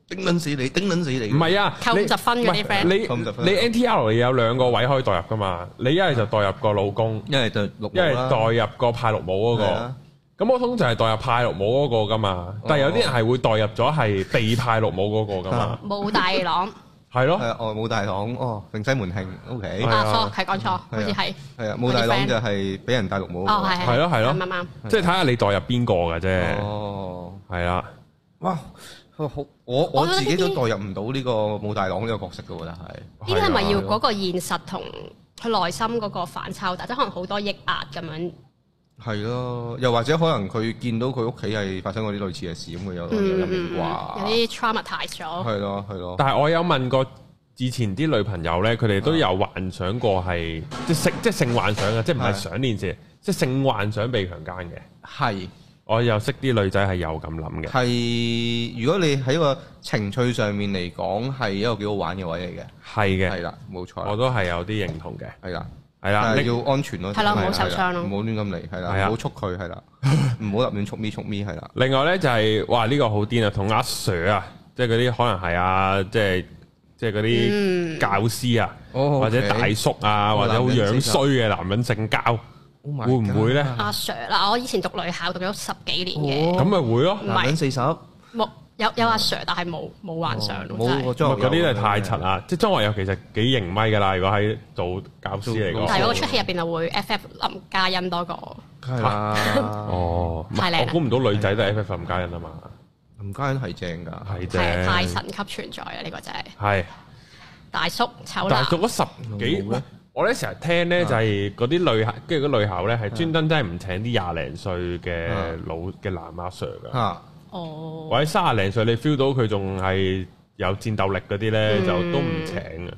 叮撚死你，叮撚死你。
唔係啊，
扣
你
五十分嗰啲
唔係
friend
你
扣五十分
你 NTR 你有兩個位可以代入噶嘛？你一係就代入個老公，
因為就六
一係代入個派綠帽嗰
係
個
啊。哦
咁我通常係代入派綠帽嗰個噶嘛，但係有啲人係會代入咗係被派綠帽嗰個噶嘛，
冇大郎
係咯
啊係，啊，哦冇大郎哦，揈西門慶，OK，
係
啊
啊
，sorry，係講錯，好似係
係啊，冇大郎
我啲 friend
就係俾人戴綠帽嗰個。
哦，係
係咯係咯
啱啱啱。
即係睇下你代入邊個嘅啫，
哦。
係啦，
哇！好好我
我
我
覺得
自己都
呢啲
代入唔到呢個武大郎呢個角色嘅喎，但係啊
呢啲係
啊
咪要嗰個現實同佢內心嗰個反差好大？即係可能好多抑壓咁樣。
係咯，又或者可能佢見到佢屋企係發生過啲類似嘅事，咁佢有有
嗯
入面
嗯嗯，
掛，
有啲 traumatize 咗。
係咯係咯，
但係我有問過以前啲女朋友咧，佢哋都有幻想過係即係性即係性幻想啊嘅，即係唔係
係
想練事，即係性幻想被強姦嘅。
係。
我又識啲女仔係有咁諗嘅，
係，如果你喺個情趣上面嚟講，係一個幾好玩嘅位嚟嘅，
係嘅，
係啦，冇錯
我
啦，
都係有啲認同嘅，
係啦，
係啦，
但係
你
要安全咯，
係啦唔好
啦
受傷咯
係啦唔好亂咁嚟，係
係啊
啦，唔好觸
[laughs]
佢，係啦，唔好立亂觸咪觸咪，係啦，
另外咧就係、哇呢、個好癲啊，同阿 Sir 啊，即係嗰啲可能係啊，即係即係嗰啲
嗯
教師啊，
哦
或者
OK
大叔啊，
哦
或者好
男人
樣衰
性交
嘅男人性交，
Oh my
會唔會咧？
阿 Sir 啦，我以前讀女校讀咗十幾年
哦
咁咪會咯，
唔係
男人四十，
嘅，冇有有阿 Sir，但係冇冇幻想咯，
哦
咁
冇個
真係。
裝
啊
入
嗰啲
有
都係
嘅
太柒啦，即係莊華友其實幾型咪噶啦，如果喺做教師嚟
做
講
老
但
師。
係嗰個出戲入邊就會 FF 林嘉欣多過。
梗係啦，
[laughs] 哦，唔係
太靚啦
我估唔到女仔都係 FF 林嘉欣啊嘛，
林嘉欣係正㗎，
係
係太
啫，
神級存在啊！呢個真係
係。
大叔醜
但
男
係，做咗十幾
冇咩，
我咧成日聽咧就係嗰啲女校，跟住嗰啲女校咧係專登真係唔請啲廿零歲嘅
嗯
老嘅男阿 Sir 噶，
嚇，
哦，
或者三廿零歲你 feel 到佢仲係有戰鬥力嗰啲咧，
嗯
就都唔請嘅，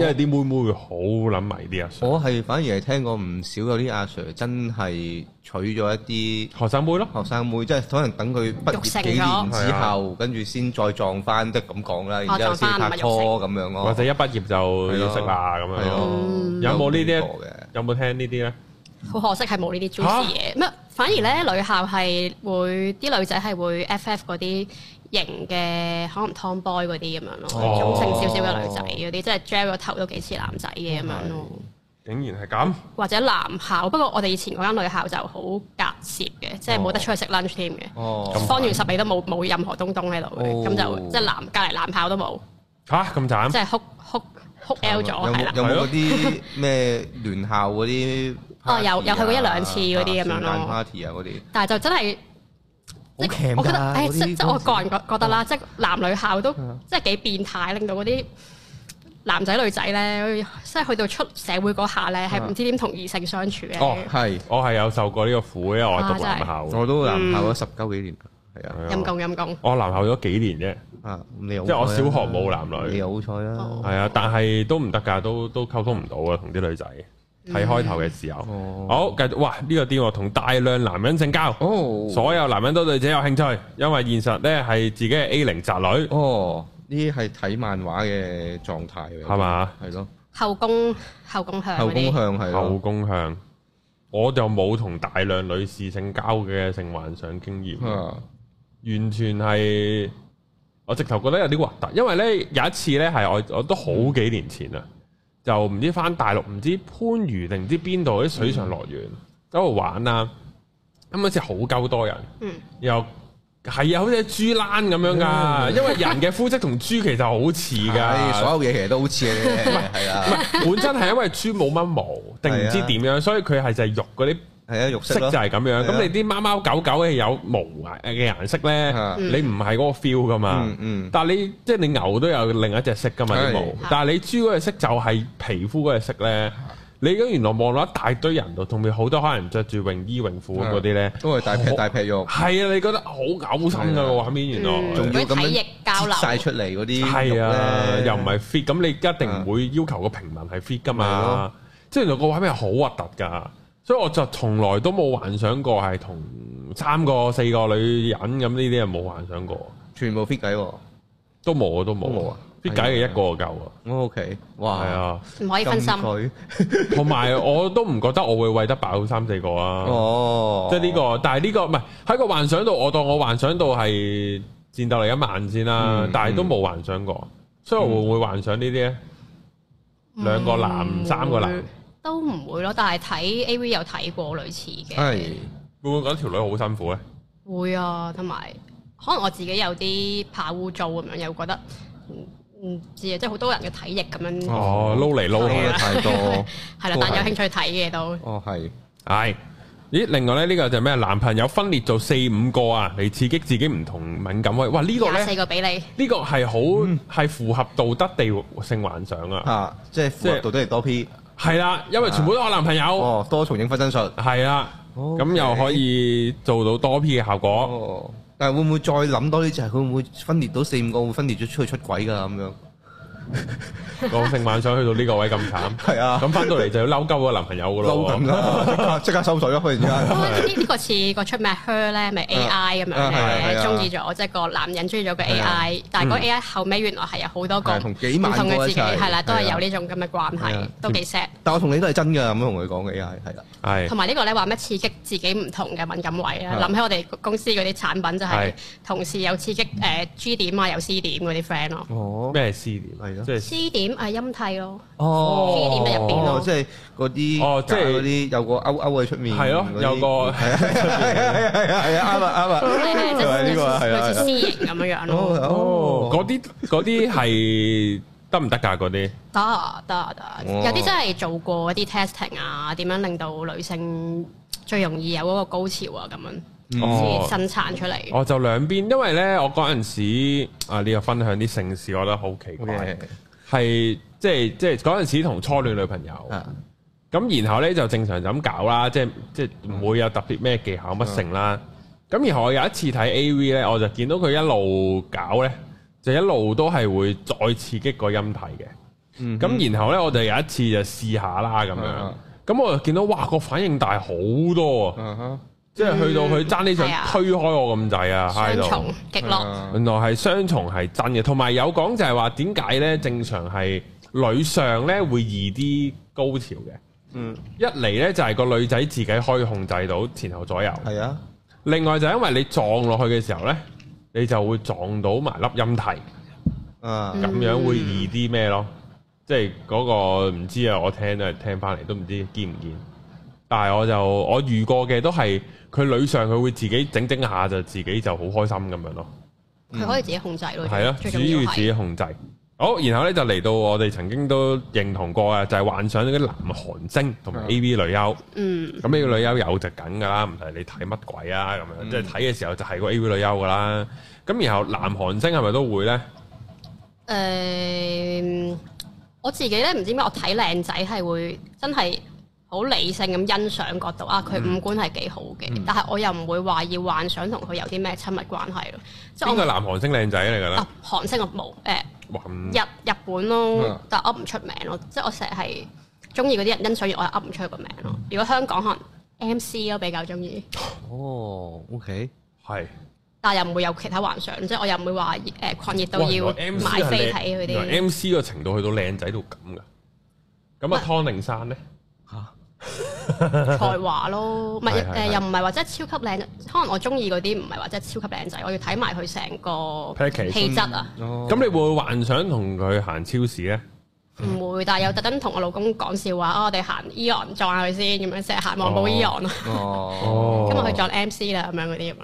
因為啲妹妹會好諗埋啲阿 Sir，
我係反而係聽過唔少有啲阿 Sir 真係娶咗一啲。
學生妹咯，
學生妹，即係可能等佢畢業幾年之後，跟住先再撞翻的咁講啦，然之後先拍拖咁樣咯。
或者一畢業就要識啦咁樣
係
咯。
咯，
有冇呢
有
啲
過嘅？
有冇聽呢啲咧？
好可惜係冇呢啲 juicy 嘢。咩？反而咧女校係會啲女仔係會 FF 嗰啲型嘅，可能 tomboy 嗰啲咁樣
哦
咯，中性少少嘅女仔嗰啲，即係 gel 個頭都幾似男仔嘅咁樣
哦
咯。
竟然係咁，
或者男校，不過我哋以前嗰間女校就好隔涉嘅，即係冇得出去食 lunch 添嘅。
哦，
方圓十里都冇冇任何東東喺度嘅，
哦
咁就即係男隔離男校都冇，
吓咁
即
慘，
係哭哭哭 L 咗
有
係啦
冇。有冇嗰啲咩聯校嗰啲？party 啊嗰啲，
但係就真係，
好
即
強㗎
係我覺得，誒，
嗰啲
即即我個人覺覺得啦，
啊
即係男女校都
啊
即係幾變態，令到嗰啲男仔女仔咧，即係去到出社會嗰下咧，係
啊
唔知點同異性相處嘅。
哦
係
我係有受過呢個苦，因為我係
啊
讀
真係
男校，
我都男校咗十鳩幾年，係啊
陰公陰公，
我男校咗幾年啫。
啊，你好，你好彩啦，
系啊，但係都唔得㗎，都都溝通唔到啊，同啲女仔睇開頭嘅時候。
哦
好，繼續，哇！呢、個個喎，同大量男人性交，
哦，
所有男人都對自己有興趣，因為現實呢係自己係 A 零宅女，
哦，呢啲係睇漫畫嘅狀態嘅，
係嘛？
係咯，
後宮後宮向
後
嗰
宮
啲，
向係
後
咯，
宮向。我就冇同大量女士性交嘅性幻想經驗，
啊
完全係我直頭覺得有啲核突，因為呢有一次呢係我我都好幾年前啦，就唔知翻大陸，唔知番禺定唔知邊度啲水上樂園喺度玩啦，咁嗰時好鳩多人，
嗯
又係啊，好似豬欄咁樣噶，
嗯
因為人嘅膚色同豬其實好似
[laughs]
噶。
唉所有嘢其實都好似嘅，係
唔
啦，
係本身係因為豬冇乜毛，定唔知
係啊
點樣，所以佢係就係肉嗰啲
係啊，肉
色
色
就
咯，
係咁樣。
係啊
咁你啲貓貓狗狗係有毛顏嘅顏色咧，
啊
你唔係嗰個 feel 噶嘛。
嗯嗯
但係你即係你牛都有另一隻色噶嘛啲
係
毛，但係你豬嗰隻色就係皮膚嗰隻色咧。你咁原來望到一大堆人度，同埋好多可能着住泳衣泳褲咁嗰啲咧，
都係大劈大劈肉，
係啊，你覺得好嘔心㗎個畫面
嗯
原來。
仲要咁
體
樣
液交流
擠晒出嚟嗰啲肉
係啊，
咧，
又唔係 fit，咁你一定唔會要求個平民係 fit 噶
係
嘛
咯？
即係原來個畫面係好核突㗎，所以我就從來都冇幻想過係同三個四個女人咁呢啲係冇幻想過，
全部 fit 計喎，
都冇啊，都冇
都冇啊
fit 計嘅一個就夠啊，
我 OK，
係
哇，
啊，
唔可以分心。
佢，
同埋我都唔覺得我會喂得飽三四個啊，
哦，
即係呢個，但係呢個唔係喺個幻想度，我當我幻想到係戰鬥力一萬先啦
嗯，
但係都冇幻想過，所以我會唔會幻想呢啲咧？兩個男，三個男。
嗯都唔會咯，但係睇 A V 有睇過類似嘅，
係
會唔會覺得條女好辛苦咧？
會啊，同埋可能我自己有啲怕污糟咁樣，又覺得唔唔知啊，即係好多人嘅體液咁樣，
哦，撈嚟撈
多
去
嘢，太多，
係啦，但有興趣睇嘅都
哦係，
係咦，另外咧呢、個就咩？男朋友分裂做四五個啊，嚟刺激自己唔同敏感位。哇！呢、個
廿
咧
四個俾你，
呢個係好係符合道德地性幻想啊。
嗯啊，即係符合道德嚟多 P，
係啦，因為全部都係我男朋友。
哦，多重影分身術，
係啦，咁
OK
又可以做到多 P 嘅效果。
哦，但係會唔會再諗多啲就係佢會唔會分裂到四五個會分裂咗出去出軌㗎咁樣？
個性幻想去到呢個位咁慘，
係啊
[laughs] 咁翻到嚟就要嬲鳩個男朋友噶
嬲
咯。
緊㗎，即刻即刻收水咯，忽然之間。
哦呢呢個似個出名 Her 咧，咪 AI
啊
咁樣
係啊係
咧，
啊
中意咗即係個男人中意咗個
係啊
AI，但係個 AI 後尾原來係有好多個
係同幾萬
唔同
個
嘅
一
自己，
齊
係啦，都
係
係
啊
有呢種咁嘅關
係啊
係，都幾 sad。
但我同你都係真㗎，咁樣同佢講嘅 AI 係啦。
係
同埋呢個咧話咩刺激自己唔同嘅敏感位咧，
係
諗起我哋公司嗰啲產品就
係
係同事有刺激誒 G 點啊，有 C 點嗰啲 friend 咯。
哦
咩 C 點？
係咯
即係
C 點係音替咯，
哦
C 點喺入邊
哦，
咯
即。係嗰啲
哦即係
嗰啲有個勾勾喺出面，
係咯
嗰啲
有個
係啊係啊係啊係啊係啊啱啊啱 [laughs]
係
啊，
係
就係
即
呢個啊係啊
係類似
係啊
C 型咁樣樣咯。
哦
哦，
嗰
嗰啲嗰啲係得唔得㗎？嗰 [laughs] 啲
得啊得啊得啊，
哦
有啲真係做過啲 testing 啊，點樣令到女性最容易有嗰個高潮啊咁樣，
哦
先生產出嚟。
我就兩邊，因為咧我嗰陣時啊呢個分享啲性事，我覺得好奇怪
OK，，
係即係即係嗰陣時同初戀女朋友，
啊
咁然後咧就正常就咁搞啦，即係即係唔會有特別咩技巧乜成
啊
啦。咁然後我有一次睇 A V 咧，我就見到佢一路搞咧，就一路都係會再刺激個陰蒂嘅。
嗯
咁然後咧，我就有一次就試下啦咁樣
啊。
咁我就見到哇個反應大好多啊！
啊哈
即係去到佢爭啲想
係啊
推開我咁滯啊，喺
雙
度
重。極樂，
啊
原來係雙重係真嘅，同埋有講就係話點解呢？正常係女上呢會易啲高潮嘅。
嗯
一嚟呢，就係個女仔自己可以控制到前後左右，
係啊
另外就因為你撞落去嘅時候呢，你就會撞到埋粒陰蒂，
啊
咁樣會易啲咩咯？即係嗰個唔知啊，我聽都係聽翻嚟都唔知見唔見。但係我就我遇過嘅都係佢女上佢會自己整整下就自己就好開心咁樣咯。
佢可以自己控制咯。
嗯係咯，
最
主
重要
要自己
係
控制。好，然後咧就嚟到我哋曾經都認同過嘅，就係、幻想嗰啲男韓星同埋
嗯
A V 女優。
嗯
咁 A V 女優有就梗㗎啦，唔係你睇乜鬼啊咁樣，
嗯
即係睇嘅時候就係個 A V 女優㗎啦。咁然後男韓星係咪都會咧？
誒，我自己咧唔知點解我睇靚仔係會真係好理性咁欣賞角度啊，佢五官係幾好嘅，
嗯
但係我又唔會話要幻想同佢有啲咩親密關係咯。即係
邊個
我
男韓星靚仔嚟㗎咧
啊？韓星我冇誒。
哇咁
日日本咯
嗯，
但係噏唔出名咯，即係我成日係中意嗰啲人欣賞完，我又噏唔出佢個名咯。
嗯
如果香港可能 MC 咯比較中意，
哦 OK
係
但係又唔會有其他幻想，即係我又唔會話誒狂熱到
哇原
要
來 MC
買飛睇佢
係靚原來
哋。
M C 個程度去到靚仔到咁㗎。咁啊，湯寧山咧，
嚇
才華咯，唔係
係係係
誒又唔係話真係超級靚，可能我中意嗰啲唔係話真係超級靚仔，我要睇埋佢成個
Package
氣質啊，
哦
咁你會唔會幻想同佢行超市咧？嗯
唔會，但係又特登同我老公講笑話，啊我哋行 Eon 撞下佢先，咁樣成日行望寶
哦
Eon 啊，
哦
哦
今日去撞 MC 啦，咁樣嗰啲咁樣。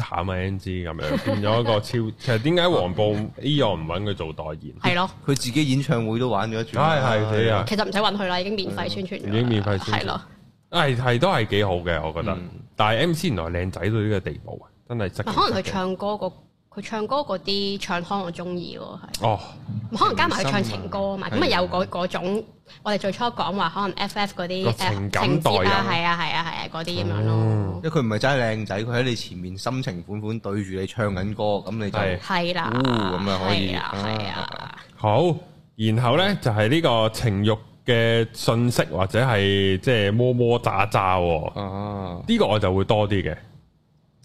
好慘啊！N G 咁樣變咗一個超， [laughs] 其實點解黃埔 E 我唔揾佢做代言？
係咯。
佢自己演唱會都玩咗一轉啦，
係係係啊
其實唔使揾佢啦，已經免費宣傳咗啦，
已經免費宣傳
係咯，
係係都係幾好嘅，我覺得。但係 M C 原來靚仔到呢個地步啊，真係識嘅。
可能佢唱歌嗰佢唱歌嗰啲唱腔我中意咯，係
哦，
可能加埋佢唱情歌啊嘛，咁
係
咪
啊
有嗰嗰種我哋最初講話可能 FF 嗰啲
個
誒
情感
情節
代入哦
啊，係啊係啊係啊嗰啲咁樣咯
因，為佢唔係真係靚仔，佢喺你前面深情款款對住你唱緊歌，咁你就
係
係啦，
哦咁啊可以
係啊係
啊
啊，
好。然後呢，就係呢個情慾嘅信息或者係即係摸摸炸炸喎，
啊
呢個我就會多啲嘅。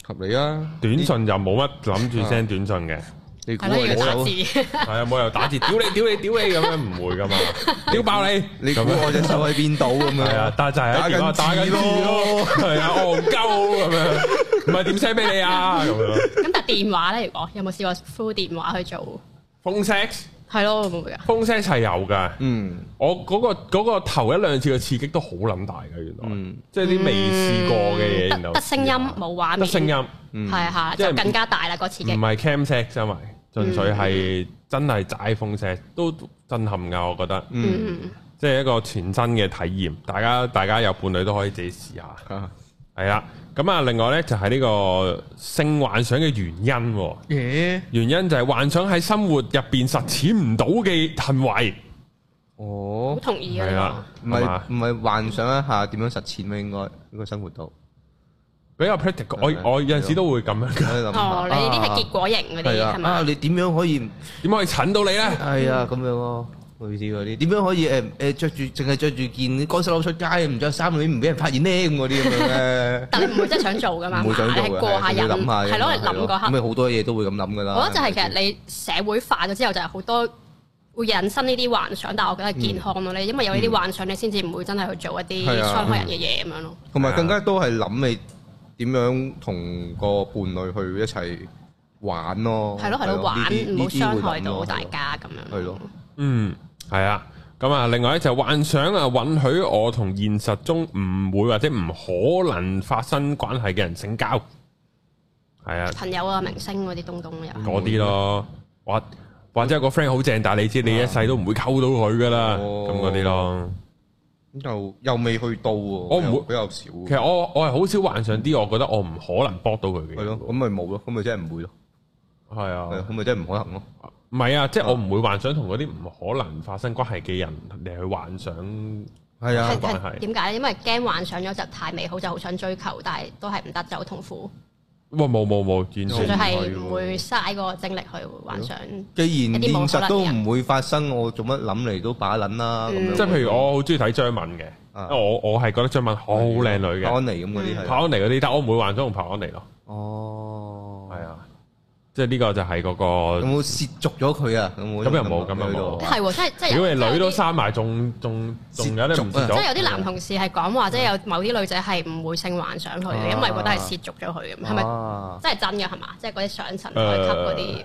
合理啊，
短信就冇乜諗住 send 短信嘅，
你估
係
我
咯
哋
要打
手，
字，
係啊冇由打字屌你屌你屌你咁樣唔會噶嘛，屌爆 [laughs] 你！
你估
咁樣
我隻手喺邊度咁
係啊
樣，？
但係就係喺電話打緊
打緊
字
字
咯
咯，
係啊，戇鳩咁樣，唔係點 send 俾你啊咁樣。
[laughs] 咁但係電話咧，如果有冇試過 full 電話去做？
phone sex
係咯，會唔會啊？
phone sex 係有㗎，
嗯
我嗰、個嗰、個頭一兩次嘅刺激都好撚大㗎，原來，
嗯
即係啲未試過嘅嘢，然後
嗯得得聲音冇畫面，
得聲音，
嗯
係啊，
即係嗯
就更加大啦個刺激
唔。係 cam sex 因為純
嗯
粹係真係齋 phone sex 都震撼㗎，我覺得，
嗯
嗯，
即係一個全新嘅體驗，大家大家有伴侶都可以自己試下。
啊
係啦。咁啊，另外咧就係呢個性幻想嘅原因喎，
耶！
原因就係幻想喺生活入邊實踐唔到嘅行為，
哦
好，同意啊
係啦
呢，
唔
係嘛
係唔係幻想一下點樣實踐咩？應該呢個生活 [laughs] 度，
比較 practical。我
啊
我有陣時都會咁樣 [laughs] 㗎，
喺度諗
個。
下
哦，你呢啲係
啊
結果型嗰
係
啲係
啊，啊
咪？，
你點樣可以？
點可以襯到你咧？
係啊，咁樣咯，類似嗰啲。點樣可以誒誒著住淨係着住件乾洗褸出街，唔着衫你唔俾人發現呢？咁嗰啲咁樣咧
[laughs] 但你唔會真係想做噶嘛？
唔會想做
你係
嘅，
過下
係
癮，
諗下嘅，
係咯，你諗嗰刻
咁。咪啊好多嘢都會咁諗噶啦。
我覺得就係其實你社會化咗之後，就係好多會引申呢啲幻想，但係我覺得係健康咯。你因為有呢啲幻想，你先至唔會真係去做一啲
係啊
傷害人嘅嘢咁樣咯。
同埋更加多係諗你點樣同個伴侶去一齊玩咯。
係咯係咯，
嗯
玩
啊呢啲
唔好傷害到。
呢啲會諗
大
咯
家咁樣。
係咯，
嗯，係啊。咁啊，另外咧就幻想啊，允許我同現實中唔會或者唔可能發生關係嘅人性交，係啊，
朋友啊、明星嗰啲東東又
啊
係。
嗰啲咯，或或者有個 friend 好正，但係你知你一世都唔會溝到佢噶啦，
哦
咁嗰啲咯。
咁就又未去到喎。我
我唔會
比較少。
其實我我係好少幻想啲，我覺得我唔可能搏到佢嘅。
係咯，咁咪冇咯，咁咪真係唔會咯，
係
係啊
啊，
咁咪真係唔可能咯。
唔係啊，即係我唔會幻想同嗰啲唔可能發生關係嘅人嚟去幻想。
係啊
係，
關係
係點解咧？因為驚幻想咗就太美好，就好想追求，但係都係唔得，就好痛苦。
哇，冇冇冇，完
哦
純
全
粹
唔係
係
喎
唔會嘥個精力去幻想。
既然
一啲
現
冇可
實
能
都唔
嘅人
會發生，我做乜諗嚟都把撚啦咁樣。
即係譬如我好中意睇張敏嘅，
啊
因為我我係覺得張敏好靚女
安
嘅，
妮咁嗰啲係。
柏安妮嗰啲，但我唔會幻想同柏安妮咯，
哦，
係啊，即係呢個就係嗰
有
個，
冇涉足咗佢啊？咁
咁又冇咁又
啊
冇
係喎，即係即係
如果你
有。即係有
女都
啲
生埋，仲仲仲有啲唔
接觸
接
啊
即
到，
係有啲男同事係講話，即
嗯
係有某啲女仔係唔會性幻想佢
啊
嘅，因為覺得係涉足咗佢咁，係咪
啊，
真係真嘅係嘛？即係嗰啲上層階級嗰啲，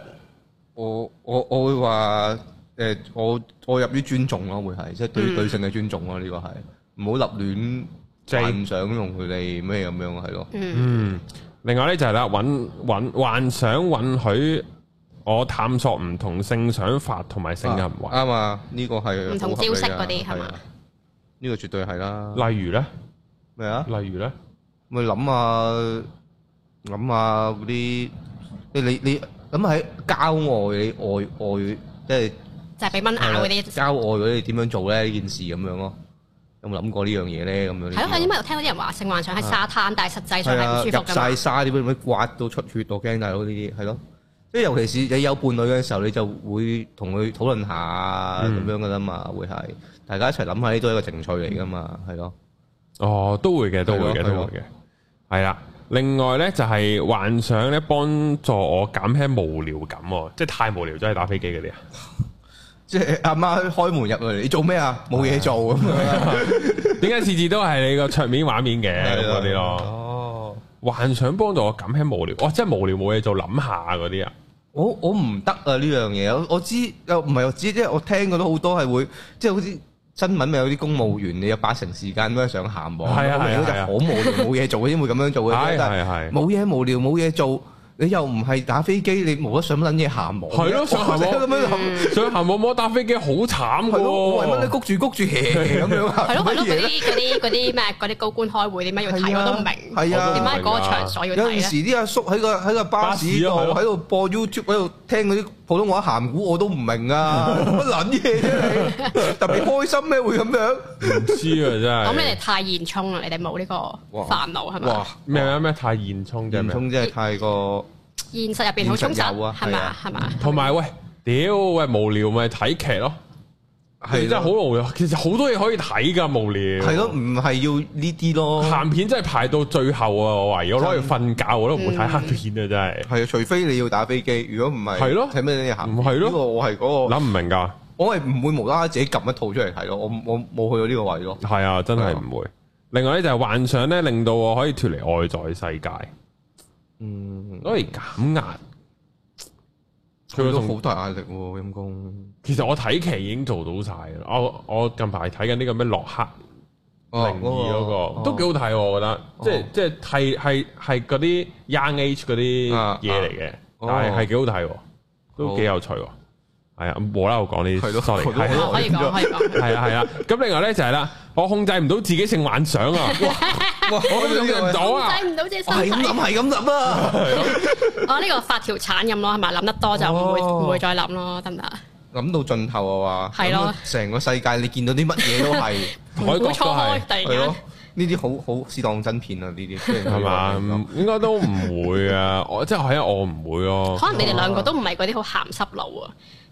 我我我會話誒，我我入於尊重咯，會係即係對
嗯
對性嘅尊重咯，呢個係唔好立亂幻想用佢哋咩咁樣係咯。
嗯，
嗯，另外咧就係啦，揾揾幻想允許我探索唔同性想法同埋性行為，
啱啊！呢個係
唔同
好合理
招式
㗎
嗰啲係嘛
係啊呢個絕對係啦。
例如咧，
咩啊？
例如咧，
咪諗下諗下嗰啲，你你你諗喺郊外，你外外即係
就係俾蚊咬嗰啲，係
郊外嗰啲點樣做咧？呢件事咁樣咯，有冇諗過呢樣嘢咧？咁樣呢啲
咯，係因為我聽到啲人話性幻想喺沙灘，但係實際
啊係
上係唔
啊，
舒服
入
㗎
晒
嘛，
沙點樣刮到出血，我驚大佬呢啲係咯。即係尤其是你有伴侶嘅時候，你就會同佢討論下咁
嗯
樣噶啦嘛，會係大家一齊諗下呢都係一個情趣嚟噶嘛，係咯。
哦，都會嘅，都會
係
嘅，
咯
都
係咯
會嘅，係啦。另外咧就係幻想咧幫助我減輕無聊感喎，即係太無聊咗係打飛機
[laughs]
嗰啲啊。
即係阿媽開門入嚟，你做咩啊？冇嘢做咁
[laughs]
樣。
點解次次都係你個桌面畫面
啊
嘅咁嗰啲咯？
哦，
幻想幫助我減輕無聊，哦，即係無聊冇嘢做，諗下嗰
[laughs]
啲啊。
我我唔得啊呢樣嘢，我我知又唔係我知，即係我聽過都好多係會，即係好似新聞咪有啲公務員，你有八成時間都係上鹹網，
係啊
我明
係啊
就
係啊
好無聊冇嘢做先會咁樣做嘅
係，
但
係係
冇嘢無聊冇嘢做，你又唔係打飛機，你冇得上撚嘢鹹網，
係咯上鹹網
我成日咁樣諗，
上行冇冇打飛機好慘
係咯，我為乜你
嘅喎。
谷住谷住 hea 咁樣啊？
係咯係咯，
乜嘢
嗰
咧
啲嗰啲嗰啲咩嗰啲高官開會點解要
係
睇
啊
我都唔明，
係啊
點解嗰個場所要
有陣
睇
時
咧？
啲阿叔喺個喺個巴士
巴
度
士啊係咯
喺度播 YouTube 喺度聽嗰啲普通話鹹股我都唔明啊，
[laughs]
乜撚嘢啫你？特別開心咩會咁樣？
唔知啊，
咁
真
你
係
哋太現充啦，你哋冇呢個
哇
煩惱係嘛？
咩咩咩太現充啫
人
咩？啊
充真係太過
現實入邊好充
現實有啊
實係
係
嘛
啊
係嘛？
同埋喂，屌喂無聊咪睇劇咯，
係
真係好
咯，
無聊。其實好多嘢可以睇噶，無聊啊
係咯，唔係要呢啲咯，
鹹片真係排到最後啊！我懷疑我攞嚟瞓覺，我都唔會睇黑片啊！
係啊，除非你要打飛機，如果唔係
係咯
睇咩嘢鹹？
唔係咯
呢個我係嗰
真係
個，
諗唔明㗎，
我係唔會無啦啦自己撳一套出嚟睇咯，我我冇去到呢個位咯，
係啊，真係唔
哦
會。另外咧就係幻想咧，令到我可以脱離外在世界，
嗯，
攞嚟減壓。
佢
佢
都
同
好大壓力喎，陰公，
其實我睇劇已經做到晒啦。我我近排睇緊呢個咩洛克靈異嗰個，都哦幾好睇喎，我覺得。即係即係係係係嗰啲 Young Age 嗰啲
啊
嘢嚟嘅，
哦
但係係幾好睇喎，都幾有趣喎。係啊，冇啦，我講呢
係
啲
咯
，sorry，
我都
係啊
啊可以講可以講。
係啊係 [laughs] 啊，咁另外咧就係啦，我控制唔到自己性幻想啊，哇我控制唔到啊，
到自己
我
身
係
體
咁。諗，係咁諗啊！
我哦呢個發條產咁咯，係咪？諗得多就唔會
哦
唔會再諗咯，得唔得啊？
諗到盡頭啊話，
係咯
諗到成個世界你見到啲乜嘢都係，
[laughs]
海
盤
角都
古
係
初開，突然
係
間
咯。呢啲好好試當真片啊！呢 [laughs] 啲
係
係
嘛？唔應該都唔會啊！我即係係啊，我唔會咯。
可能你哋兩個都唔係嗰啲好鹹濕佬啊。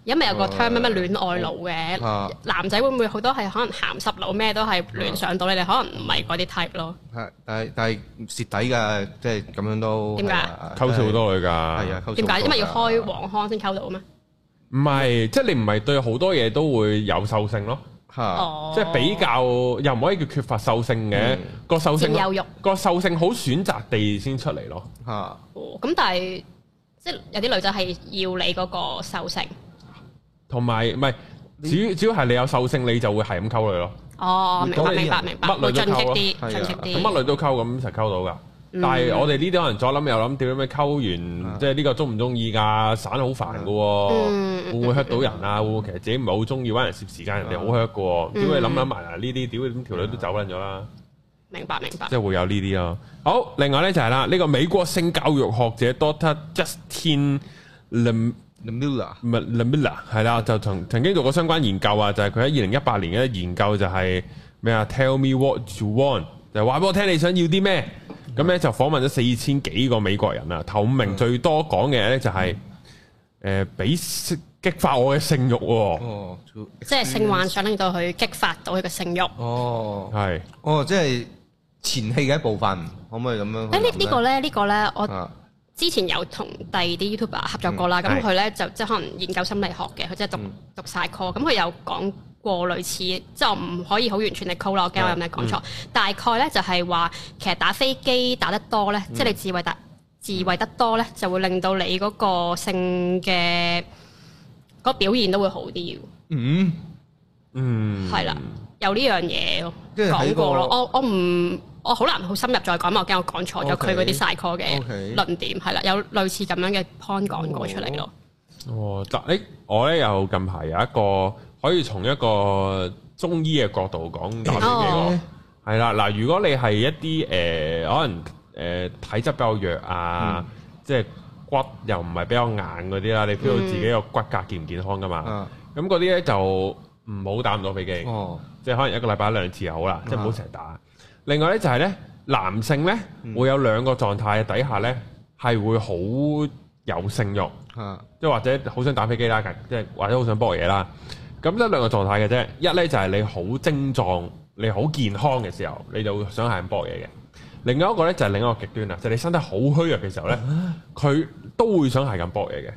而家咪有
哦
個 term 咩咩戀愛腦嘅，
啊
男仔會唔會好多係可能鹹濕佬咩都係聯想到你哋可能唔係嗰啲 type 咯？
係但係但係蝕底㗎，即係咁樣都
點解
係啊
溝少好多女㗎。
係啊，溝少好多㗎
點解？因為要開黃腔先溝到咩？
唔係，即係你唔係對好多嘢都會有獸性咯，
嚇，
哦，
啊即係比較又唔可以叫缺乏獸性嘅
嗯
個獸性，
佔有欲
個獸性好選擇地先出嚟咯。
嚇
哦咁，但係即係有啲女仔係要你嗰個獸性。
同埋唔係，只要只要係你有獸性，你就會係咁溝女咯。
哦，明白
會多啲人
明白明白，
嗯乜
會
女都
進
溝
擊
啊
啲，
係
進
啊
擊
咁
啲。
乜女都溝咁實溝到㗎。但係我哋呢啲可能再諗又諗，屌咩溝
嗯啊啊
完，即係呢個中唔中意㗎？散好煩㗎
嗯
喎，會唔會 hurt 到人啊？會唔會其實自己唔係好中意，揾人攝時間，人哋好
啊
hurt 㗎喎。屌你諗諗埋啊！呢啲屌咁條女
嗯
都走撚咗啦。
明白明白
即。係會有呢啲咯。好，另外呢就係啦，呢個美國性教育學者 Doctor Justin Lem
，The Miller。啊
l e m i l a 係啦，就曾曾經做過相關研究啊，就係佢喺二零一八年嘅研究就係咩啊？Tell me what you want，就係話俾我聽你想要啲咩。咁呢就訪問咗四千幾個美國人啊，頭五名最多講嘅呢就係誒俾激發我嘅性欲喎，
哦，
即係性幻想令到佢激發到佢嘅性慾。
哦，
係
哦，即係前戲嘅一部分，可唔可以咁樣去諗
誒
咧？
呢呢個咧呢個咧，我
啊，
之前有同第二啲 YouTuber 合作過啦。
嗯
咁
係
佢咧就即係可能研究心理學嘅，佢即係
嗯
讀讀曬 call。咁佢有講過類似，即係我唔可以好完全地 call 啦，我驚我有咩
嗯
講錯。大概咧就係話，其實打飛機打得多
嗯
咧，即係你智慧打智慧得多咧，就會令到你嗰個性嘅嗰個表現都會好啲嘅。
嗯，
嗯
係啦，有呢樣嘢
跟住喺個
講過咯。我我唔我好難好深入再講，我驚我講錯咗
OK，
佢嗰啲 cycle 嘅
OK
論點，係啦，有類似咁樣嘅 point 講過出嚟咯。
哦，但誒，我咧又近排有一個可以從一個中醫嘅角度
[laughs]
講打飛
哦
機個係啦。嗱，如果你係一啲誒、呃可能誒、呃、體質比較弱
嗯
啊，即係骨又唔係比較硬嗰啲啦，你 feel 到自己個骨骼健唔健康噶嘛
嗯啊？
咁嗰啲咧就唔好打唔到飛機。
哦，啊
即係可能一個禮拜一兩次就好啦，即係唔好成日打。另外咧就係咧，男性咧
嗯
會有兩個狀態底下咧係會好有性慾，
啊，
即係或者好想打飛機啦，即係或者好想搏嘢啦。咁得兩個狀態嘅啫，一咧就係你好精壯、你好健康嘅時候，你就會想係咁搏嘢嘅。另外一個咧就係另一個極端啦，就係你身體好虛弱嘅時候咧，佢都會想係咁搏嘢嘅。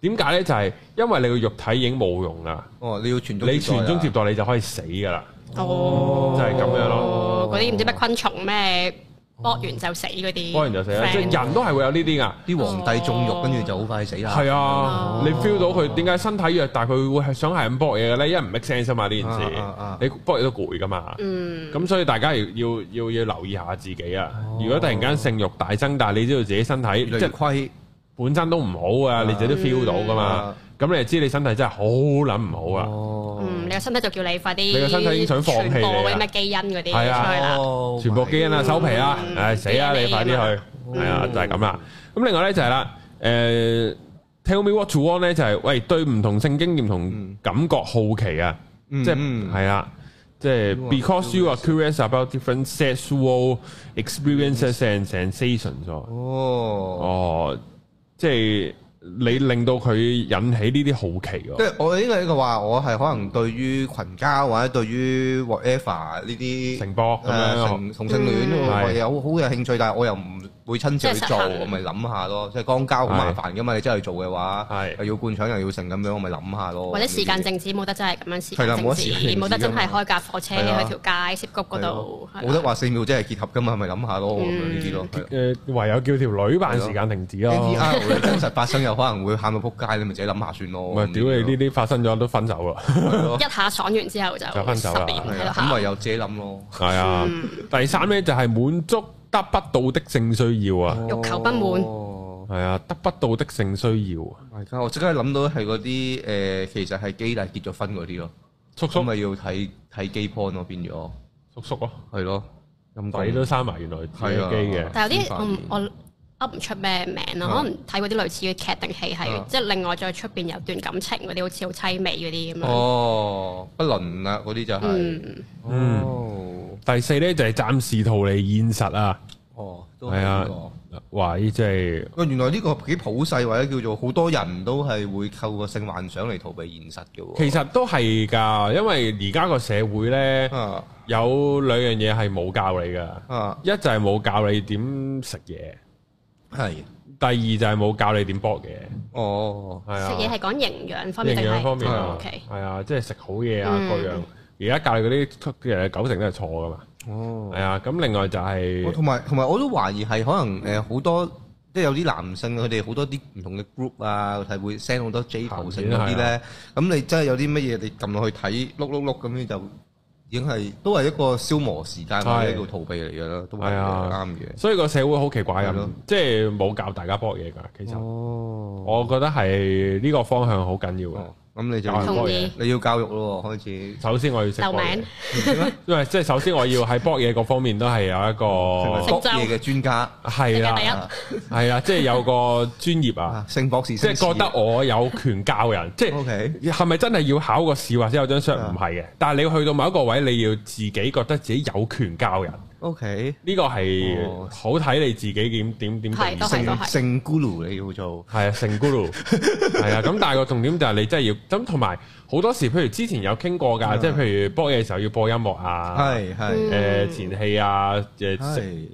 點解咧？就係因為你個肉體已經冇用啦，
哦，你要傳宗接代啊
你傳宗接代你就可以死㗎啦。
哦，
就係咁樣
咯
嗰啲唔知咩昆蟲咩剝完就死嗰啲，
幫完就死啦，即
friend
係人都係會有呢啲噶。
啲皇帝種肉，跟住就好快死啦。
係啊，你 feel 到佢點解身體弱，但係佢會係想係咁搏嘢嘅咧？因為唔 make sense 啊嘛呢件事
啊啊啊，
你搏嘢都攰噶嘛。
嗯，
咁所以大家要要要要留意下自己啊！
哦
如果突然間性慾大增，但係你知道自己身體
越嚟
即
越
係
虧，
本身都唔好啊，你自己都 feel 到噶嘛
啊。
咁你就知你身體真係好撚唔好啊！
哦，
嗯，你個身體就叫你快啲，
你個身體已經想放棄你啦
傳播嗰啲咩基因嗰啲
係啊
出去啦，
哦
全部基因啊，手皮啊，
嗯
唉死啊！
DNA
你快啲去，係啊，就係咁啦。咁另外咧就係啦，誒，Tell me what you want 咧就係喂對唔同性經驗同感覺好奇啊，即
嗯
係
嗯
係啊，即係
You are
because you are curious about different sexual experiences and sensations 喎
哦，
哦，即係你令到佢引起呢啲好奇哦
即
喎，
係我應該呢個話，我係可能對於群交或者對於 whatever 呢啲
成波咁
誒
樣
同同性戀
嗯
我有好有興趣，但係我又唔會親自去
即係實
做，
行
我咪諗下咯。即係肛交好麻煩噶嘛，你真係去做嘅話
係，
又要灌腸又要成咁樣，我咪諗下咯。
或者時間
呢
靜止冇得真係咁樣時
係
間
啦冇
靜
得時間靜
止，
止
冇得真
㗎
係
嘛
開架火車去
係啊
條街涉谷
啲係
嗰
咯
度，
啊
係啦嗯
冇得話四秒真係結合噶嘛，咪諗下咯咁樣呢啲咯。
[laughs]
係咯
誒唯有叫條女扮時間停止咯。
NTR 你真實發生有可能會喊到撲街，你咪自己諗下算咯。
唔啊係，屌你呢啲發生咗都分手啦，
一下爽完之後就
就分手啦
十年
係
喺
啊
度
咁咪
喊。
又自己諗咯。
係啊。
嗯
第三咧就係滿足得不到的性需要啊，
欲求不滿
哦
係啊，得不到的性需要啊，
My God，我即刻諗到係嗰啲誒，其實係基但係結咗婚嗰啲咯，
叔
咁
叔
咪要睇睇基 point 咯，變咗
叔叔咯，
係咯。
咁鬼都生埋，原來自己機嘅
係啊。
但有啲
先發
我唔
現
我噏唔出咩名咯，
啊
可能睇過啲類似嘅劇定戲係
啊，
即係另外再出邊有段感情嗰啲，好似好凄美嗰啲咁樣。
哦，不倫啦，嗰啲就係，
嗯，
嗯
哦，
第四咧就係暫時逃離現實啊！
哦，都係
係
呢
啊
個。，
哇！呢即係
喂，原來呢個幾普世或者叫做好多人都係會透過性幻想嚟逃避現實嘅喎。
其實都係㗎，因為而家個社會咧
啊
有兩樣嘢係冇教你㗎，
啊，
一就係冇教你點食嘢，
係，
第二就係冇教你點搏嘢，
哦，
係
食
啊。
嘢係講營養方面
營
定係
養方面啊
哦，？OK，
係啊，即係食好嘢啊，
嗯
各樣。而家教你嗰啲誒九成都係錯㗎嘛，
哦
係，啊。咁另外就
我
係
同埋同埋我都懷疑係可能誒好多即係有啲男性佢哋好多啲唔同嘅 group 啊，係會 send 好多 J 圖成嗰啲
鹹片
咧。咁你真係有啲乜嘢你撳落去睇碌碌碌咁樣就已經係都係一個消磨時間或者
係
叫逃避嚟㗎啦，都係
係啊
啱嘅。
所以個社會好奇怪
係
咁
咯，
即係冇教大家搏嘢㗎。其實
哦，
我覺得係呢個方向好緊要嘅
哦。咁你就
教人
同
搏
意
嘢。
你要教育咯喎，開始。
首先我要食
留
搏嘢
名，
[laughs] 因為即係首先我要喺搏嘢嗰方面都係有一
食
個
搏嘢嘅專家
係
世界第一
啦，
啊，
係啦，即係有個專業啊，
啊性博士，
即係覺得我有權教人，即係
OK，
係咪真係要考個試或者有張相
啊
唔係嘅？但係你去到某一個位，你要自己覺得自己有權教人，
OK，
呢個係
哦
好睇你自己點點點
係
定
都係
義。
都
性
係
性 guru 你要做
係啊，成
[laughs]
guru 係啊，咁但係個重點就係你真係要咁，同埋好多時，譬如之前有傾過㗎，即係譬如播嘢嘅時候要播音樂啊，
啊係係
誒
嗯
前戲啊，誒食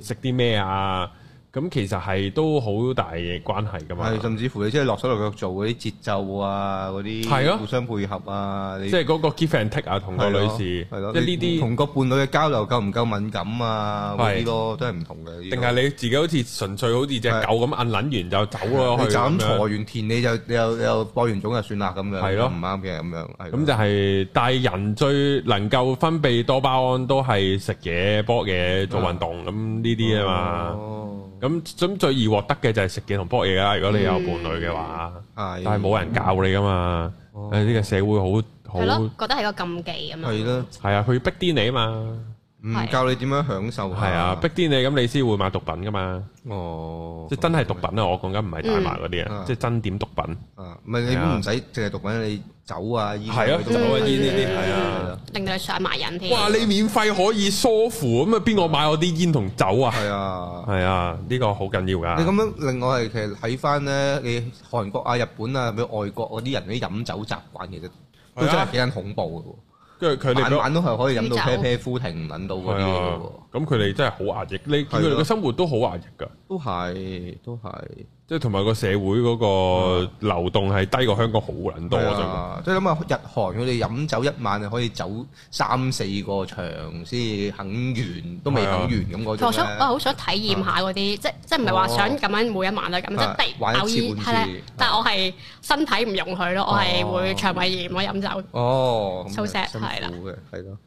係
食啲咩啊，咁其實係都好大嘅關係㗎嘛。
係，甚至乎你即係落手落腳做嗰啲節奏啊，嗰
係咯
啲互相配合啊，你
即係嗰個 give and take 啊，同個
係
女
咯
士，
係咯，
即係呢
你
啲，
同個伴侶嘅交流夠唔夠敏感啊？嗰
係
啲咯，都係唔同嘅。呢個
定係你自己好似純粹好似只
係
狗咁摁撚完就走咯，
你
去
就咁
樣
坐完田你就你又又播完種就算啦咁樣，
係咯
唔啱嘅咁樣。係咯
咁就係，但係人最能夠分泌多巴胺都係食嘢、搏嘢、做運動咁呢啲啊嘛。
哦
咁咁最易獲得嘅就係食嘢同搏嘢啦。如果你有伴侶嘅話，
係，
但係冇人教你噶嘛。
哦
誒呢個社會好好
係咯，覺得係個禁忌咁樣。
係咯，
係啊，佢要逼啲你啊嘛。
唔
係
教你點樣享受
係啊，逼啲你咁你先會買毒品噶嘛。
哦，
即係真係毒品啊！我講緊唔係大麻嗰啲啊，
嗯
即係真點毒品。
啊，唔係你
係啊
都唔使淨係毒品，你酒啊煙
係啊
佢都
酒啊
有
煙呢啲
嘅
係啊
係咯
令到你上埋癮添。
哇！你免費可以疏乎咁啊，邊個買我啲煙同酒啊？
係啊。
係啊，呢個好緊要噶。
你咁樣另外係其實睇翻咧，你韓國啊、日本啊，譬如外國嗰啲人嗰啲飲酒習慣，其實都真係幾撚恐怖
跟住佢
嘅
哋
喎。晚
都
晚都係可以飲到
酗
啤
酒
啤夫停唔撚到嗰
係
啲嘢嘅
啊
喎，，
咁佢哋真係好壓抑。你見佢哋
係
嘅
啊
生活都好壓抑噶，
都係啊都係。
即係同埋個社會嗰個流動係低過香港好撚多
係
啫。
啊，即係諗下日韓佢哋飲酒一晚係可以走三四個場先肯完，都未肯完咁嗰
我
種
想啊
呢
我好想體驗下嗰啲，即即唔係話想咁樣每一晚都係咁，即
啊
係突
玩
然
一
偶
次半
爾
次
係啦
啊，
但我係身體唔容許咯，我係
哦
會腸胃炎，我飲酒
哦，
So sad，
辛
係啦
苦嘅，係咯。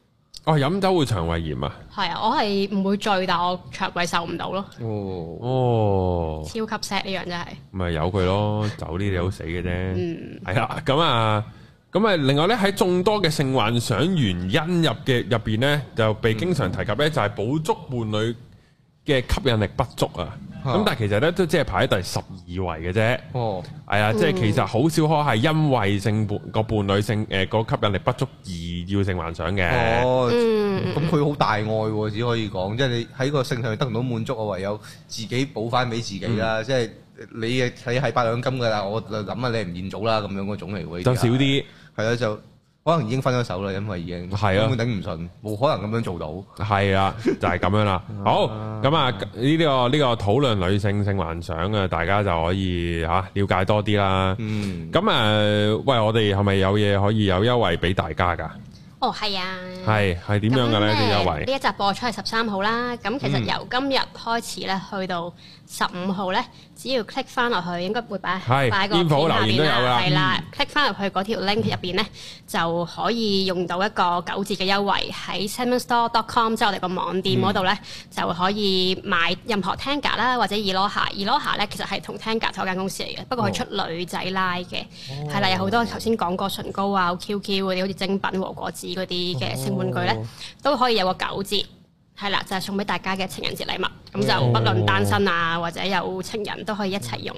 哦，飲酒會腸胃炎啊？
係啊，我係唔會醉，但我腸胃受唔到咯，
哦，
哦
超，級 sad 呢樣真係，
咪由佢咯，酒呢啲好死嘅啫。
嗯，
係啦，咁啊，咁啊，另外咧喺眾多嘅性幻想原因入嘅入邊咧，就被經常提及咧，就係補足伴侶嘅吸引力不足啊。咁
啊
但係其實咧都只係排喺第十二位嘅啫。
哦，
係啊，即係其實好少可係因為性伴個伴侶性誒個吸引力不足而要性幻想嘅，
哦，
嗯，
咁佢好大愛喎，只可以講，即係你喺個性上面得唔到滿足，我唯有自己補翻俾自己
嗯
啦。即係你嘅你係八兩金㗎啦，我就諗下你唔現早啦，咁樣嗰種嚟喎。
就少啲
係啊，就可能已經分咗手啦，因為已經
係啊
根本頂唔順，冇可能咁樣做到。
係啊，就係咁樣啦。好，咁啊呢呢個呢個討論女性性幻想啊，大家就可以吓了解多啲啦。
嗯，
咁啊，喂，我哋係咪有嘢可以有優惠俾大家㗎？
哦係啊，
係係點樣嘅咧？
咁
啲優
呢
惠
一集播出係十三號啦，咁
嗯
其實由今日開始咧，去到十五號咧，只要 click 翻落去，應該會擺
係
擺個
info
片下
留言
邊
都有嗯啦
啦，係啦，click 翻入去嗰條 link 入邊咧，就可以用到一個九折嘅優惠喺 simonstore.com，即係我哋個網店嗰度咧，
嗯
就可以買任何 Tanga 啦，或者 Eloha。Eloha 咧其實係同 Tanga 同一間公司嚟嘅，不過佢出女仔拉嘅，係啦，有
哦
好多頭先講過唇膏啊、QQ 嗰啲，好似精品和果子嗰啲嘅性玩具咧。都可以有個九折。係啦，就係送俾大家嘅情人節禮物，咁就不論單身啊或者有情人都可以一齊用。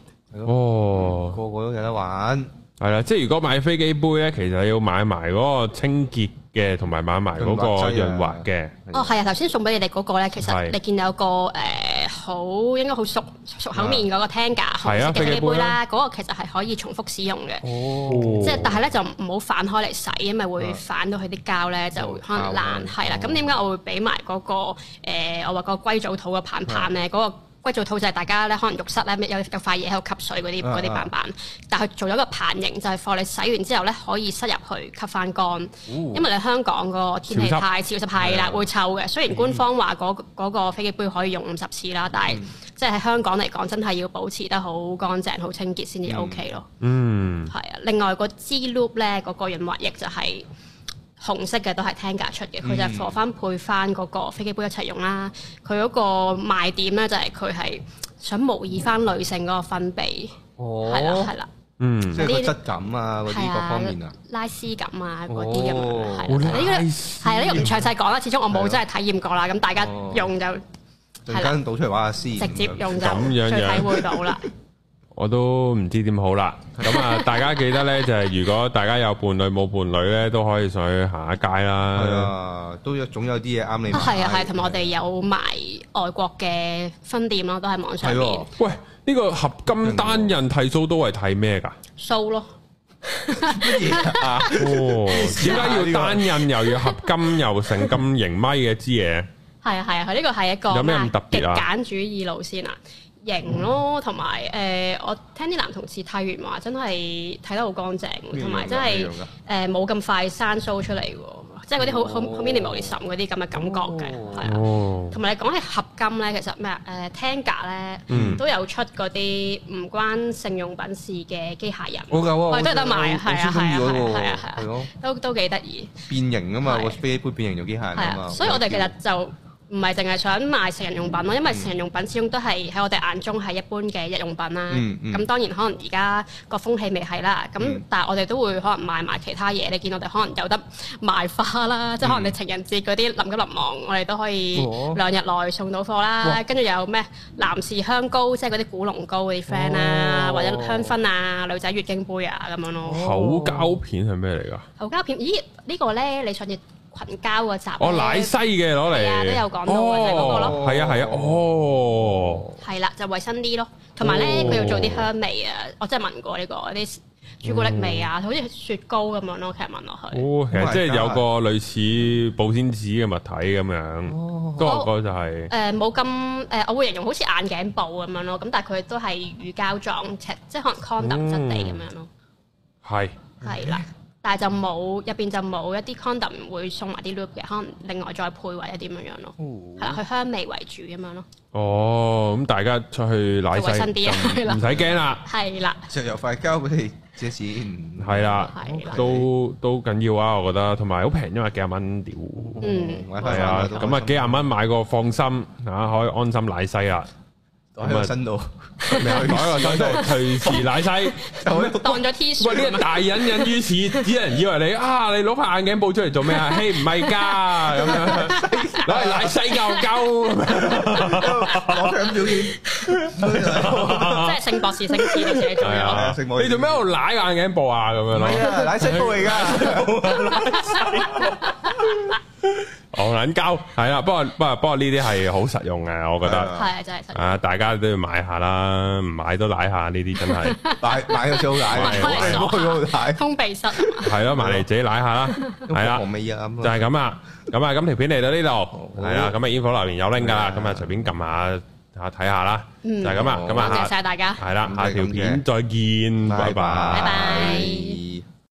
哦，
個個都有得玩，
系啦，即系如果買飛機杯咧，其實要買埋嗰個清潔嘅，同埋買埋嗰個潤滑嘅。
哦，係啊，頭先送俾你哋嗰個咧，其
嗯係
實你見有個誒好應該好熟熟口面嗰個 Tenga
係
紅
啊
色
飛機
嘅飛機
杯
杯
啦
啦，嗰個其實係可以重複使用嘅。
哦
即係但係咧就唔好反開嚟洗，因為會反到佢啲膠咧就可能爛係啦。咁點解我會俾埋嗰個誒我話個硅藻土嘅啊棒棒咧？嗰個硅藻土就係大家咧可能浴室咧有有塊嘢喺度吸水嗰啲
啊
嗰啲棒棒，但係佢做咗個棒形，就係放你洗完之後咧可以塞入去吸翻乾。因為你香港個天氣
潮濕
太潮濕係啦，會臭嘅。雖然官方話嗰嗰個飛機杯可以用五十次啦，但係即係喺香港嚟講，真係要保持得好乾淨、好清潔先至 OK 咯。
嗯，
係啊，另外個 G Loop 咧，嗰、個潤滑液就係紅色嘅，都係 Tenga 出嘅，佢
嗯
就係火翻配翻嗰個飛機杯一齊用啦。佢嗰個賣點咧就係佢係想模擬翻女性嗰個分泌，係啦係啦，
嗯，
即係個質感啊哦嗰啲各方面啊，
拉絲感啊嗰啲咁
哦
樣，係
好
啦，呢個
nice
係啊呢個唔詳細講啦，始終我
係咯
冇真係體驗過啦，咁大家
哦
用就
陣間倒出嚟玩下先，
直接用就
咁樣樣
最體會到啦。
我都唔知點好啦。咁
[laughs]
啊，大家記得咧，就係如果大家有伴侶冇伴侶咧，都可以上去行下街啦。
係啊，都有總有啲嘢啱 [laughs] 你買。
啊係啊係，同埋我哋有埋外國嘅分店咯，都喺網上
係
面
喎，
喂，呢個合金單人剃鬚刀係剃咩㗎？
show 咯。
哦，點解要單印又要合金 [laughs] 又成咁型咪嘅支嘢？
係啊係啊，佢呢個係一個
有咩咁特別啊
極簡主義路線啊，型咯，同埋呃誒，我聽啲男同事剃完話真係剃得好乾淨喎，
咩樣㗎
同埋真係
咩樣㗎哦
誒冇咁快生鬚出嚟喎，即係嗰啲好好好 minimalism 嗰啲咁嘅感覺嘅，係啊。
哦，
同埋你講起合金咧，其實咩啊？誒 Tenga 咧
嗯
都有出嗰啲唔關性用品事嘅機械人，
[laughs]
哦
我有啊，
我哋都有
我
得賣啊，
我
係啊
先中意
係
嗰個
啊係啊
係
係
咯
啊，都都幾得意。
變形啊嘛，
係
個飛機杯變形做機械人
係
啊
啊，
嘛。
所以我哋其實就唔係淨係想賣成人用品咯，因為成人用品始終都係喺我哋眼中係一般嘅日用品啦。咁、
嗯嗯
當然可能而家個風氣未係啦，咁、但係我哋都會可能賣埋其他嘢。你見我哋可能有得賣花啦，即係可能你情人節嗰啲臨急臨忙，我哋都可以
哦
兩日內送到貨啦。跟住有咩男士香膏，即係嗰啲古龍膏嗰啲 friend 啦，
哦
或者香薰啊、女仔月經杯啊咁樣咯。
哦口膠片係咩嚟㗎？
口膠片，咦？呢、個咧你上次群交嗰集呢，
哦，奶西嘅攞嚟，哦
係啊都有講到嘅就係嗰個
咯
係啊係啊，哦，
係啦，就衞生啲咯。同埋咧，
哦
佢要做啲香味啊，我真係聞過呢、個啲朱古力味啊，好似雪糕咁樣咯，其實聞落去。
嗯哦，其實即係
Oh my
有個類似保鮮紙嘅物體咁
哦
樣，嗰個就係
誒冇咁誒，我會形容好似眼鏡布咁樣咯，咁但係佢都係乳膠狀，赤即係可能 condom 質
嗯
地咁樣咯，
係
係啦。但係就冇入邊就冇一啲 condom 會送埋啲 loop 嘅，可能另外再配或者點樣樣咯，係啦，佢香味為主咁樣咯，
哦，咁大家出去奶
就衞
西
生啲啊係
就
啦
唔使驚啦，
係啦，
就由塊膠俾你借錢。
係啦
係啦，
都都緊要啊，我覺得，同埋好平，因為幾廿蚊屌，
嗯，
買
係
翻
啊，咁啊幾廿蚊買個放心啊，可以安心奶西 [laughs] 啦，
喺
[laughs]
個身度， [laughs]
改個身度隨時奶西。
當咗 T 恤
[laughs] 喂，呢個大隱隱於市，啲人以為你啊，你攞塊眼鏡布出嚟做咩 [laughs] 啊？嘿，唔係㗎，咁 [laughs] 樣攞嚟奶西牛鳩，
攞佢咁表 [laughs] 演。
即係聖博士聖子都寫咗
啊係
咯。
啊，你做咩喺度奶眼鏡布啊？咁樣咯，
係啊，奶西布
[laughs]
嚟㗎。
戇撚鳩，係啦。不過不過不過呢啲係好實用嘅，我覺
係
得
啊
係啊，真係實用。
啊，大家都要買下啦，唔買都奶下呢啲真 [laughs] 係
奶奶個最好 [laughs] 奶，我哋幫佢好奶。
通鼻塞。啊
係咯，買嚟自己奶下啦，係啦。
黃味啊咁
就係咁啦。咁啊，咁條片嚟到呢度，係啦。咁啊，info 留言有 link 噶啦，咁啊，隨便撳下下睇下啦，就係咁啦。咁
多
啊，
謝
下
晒大家。
係啦，
咁就
下
係
條
咁嘅
片再見，拜
拜
拜
拜
拜。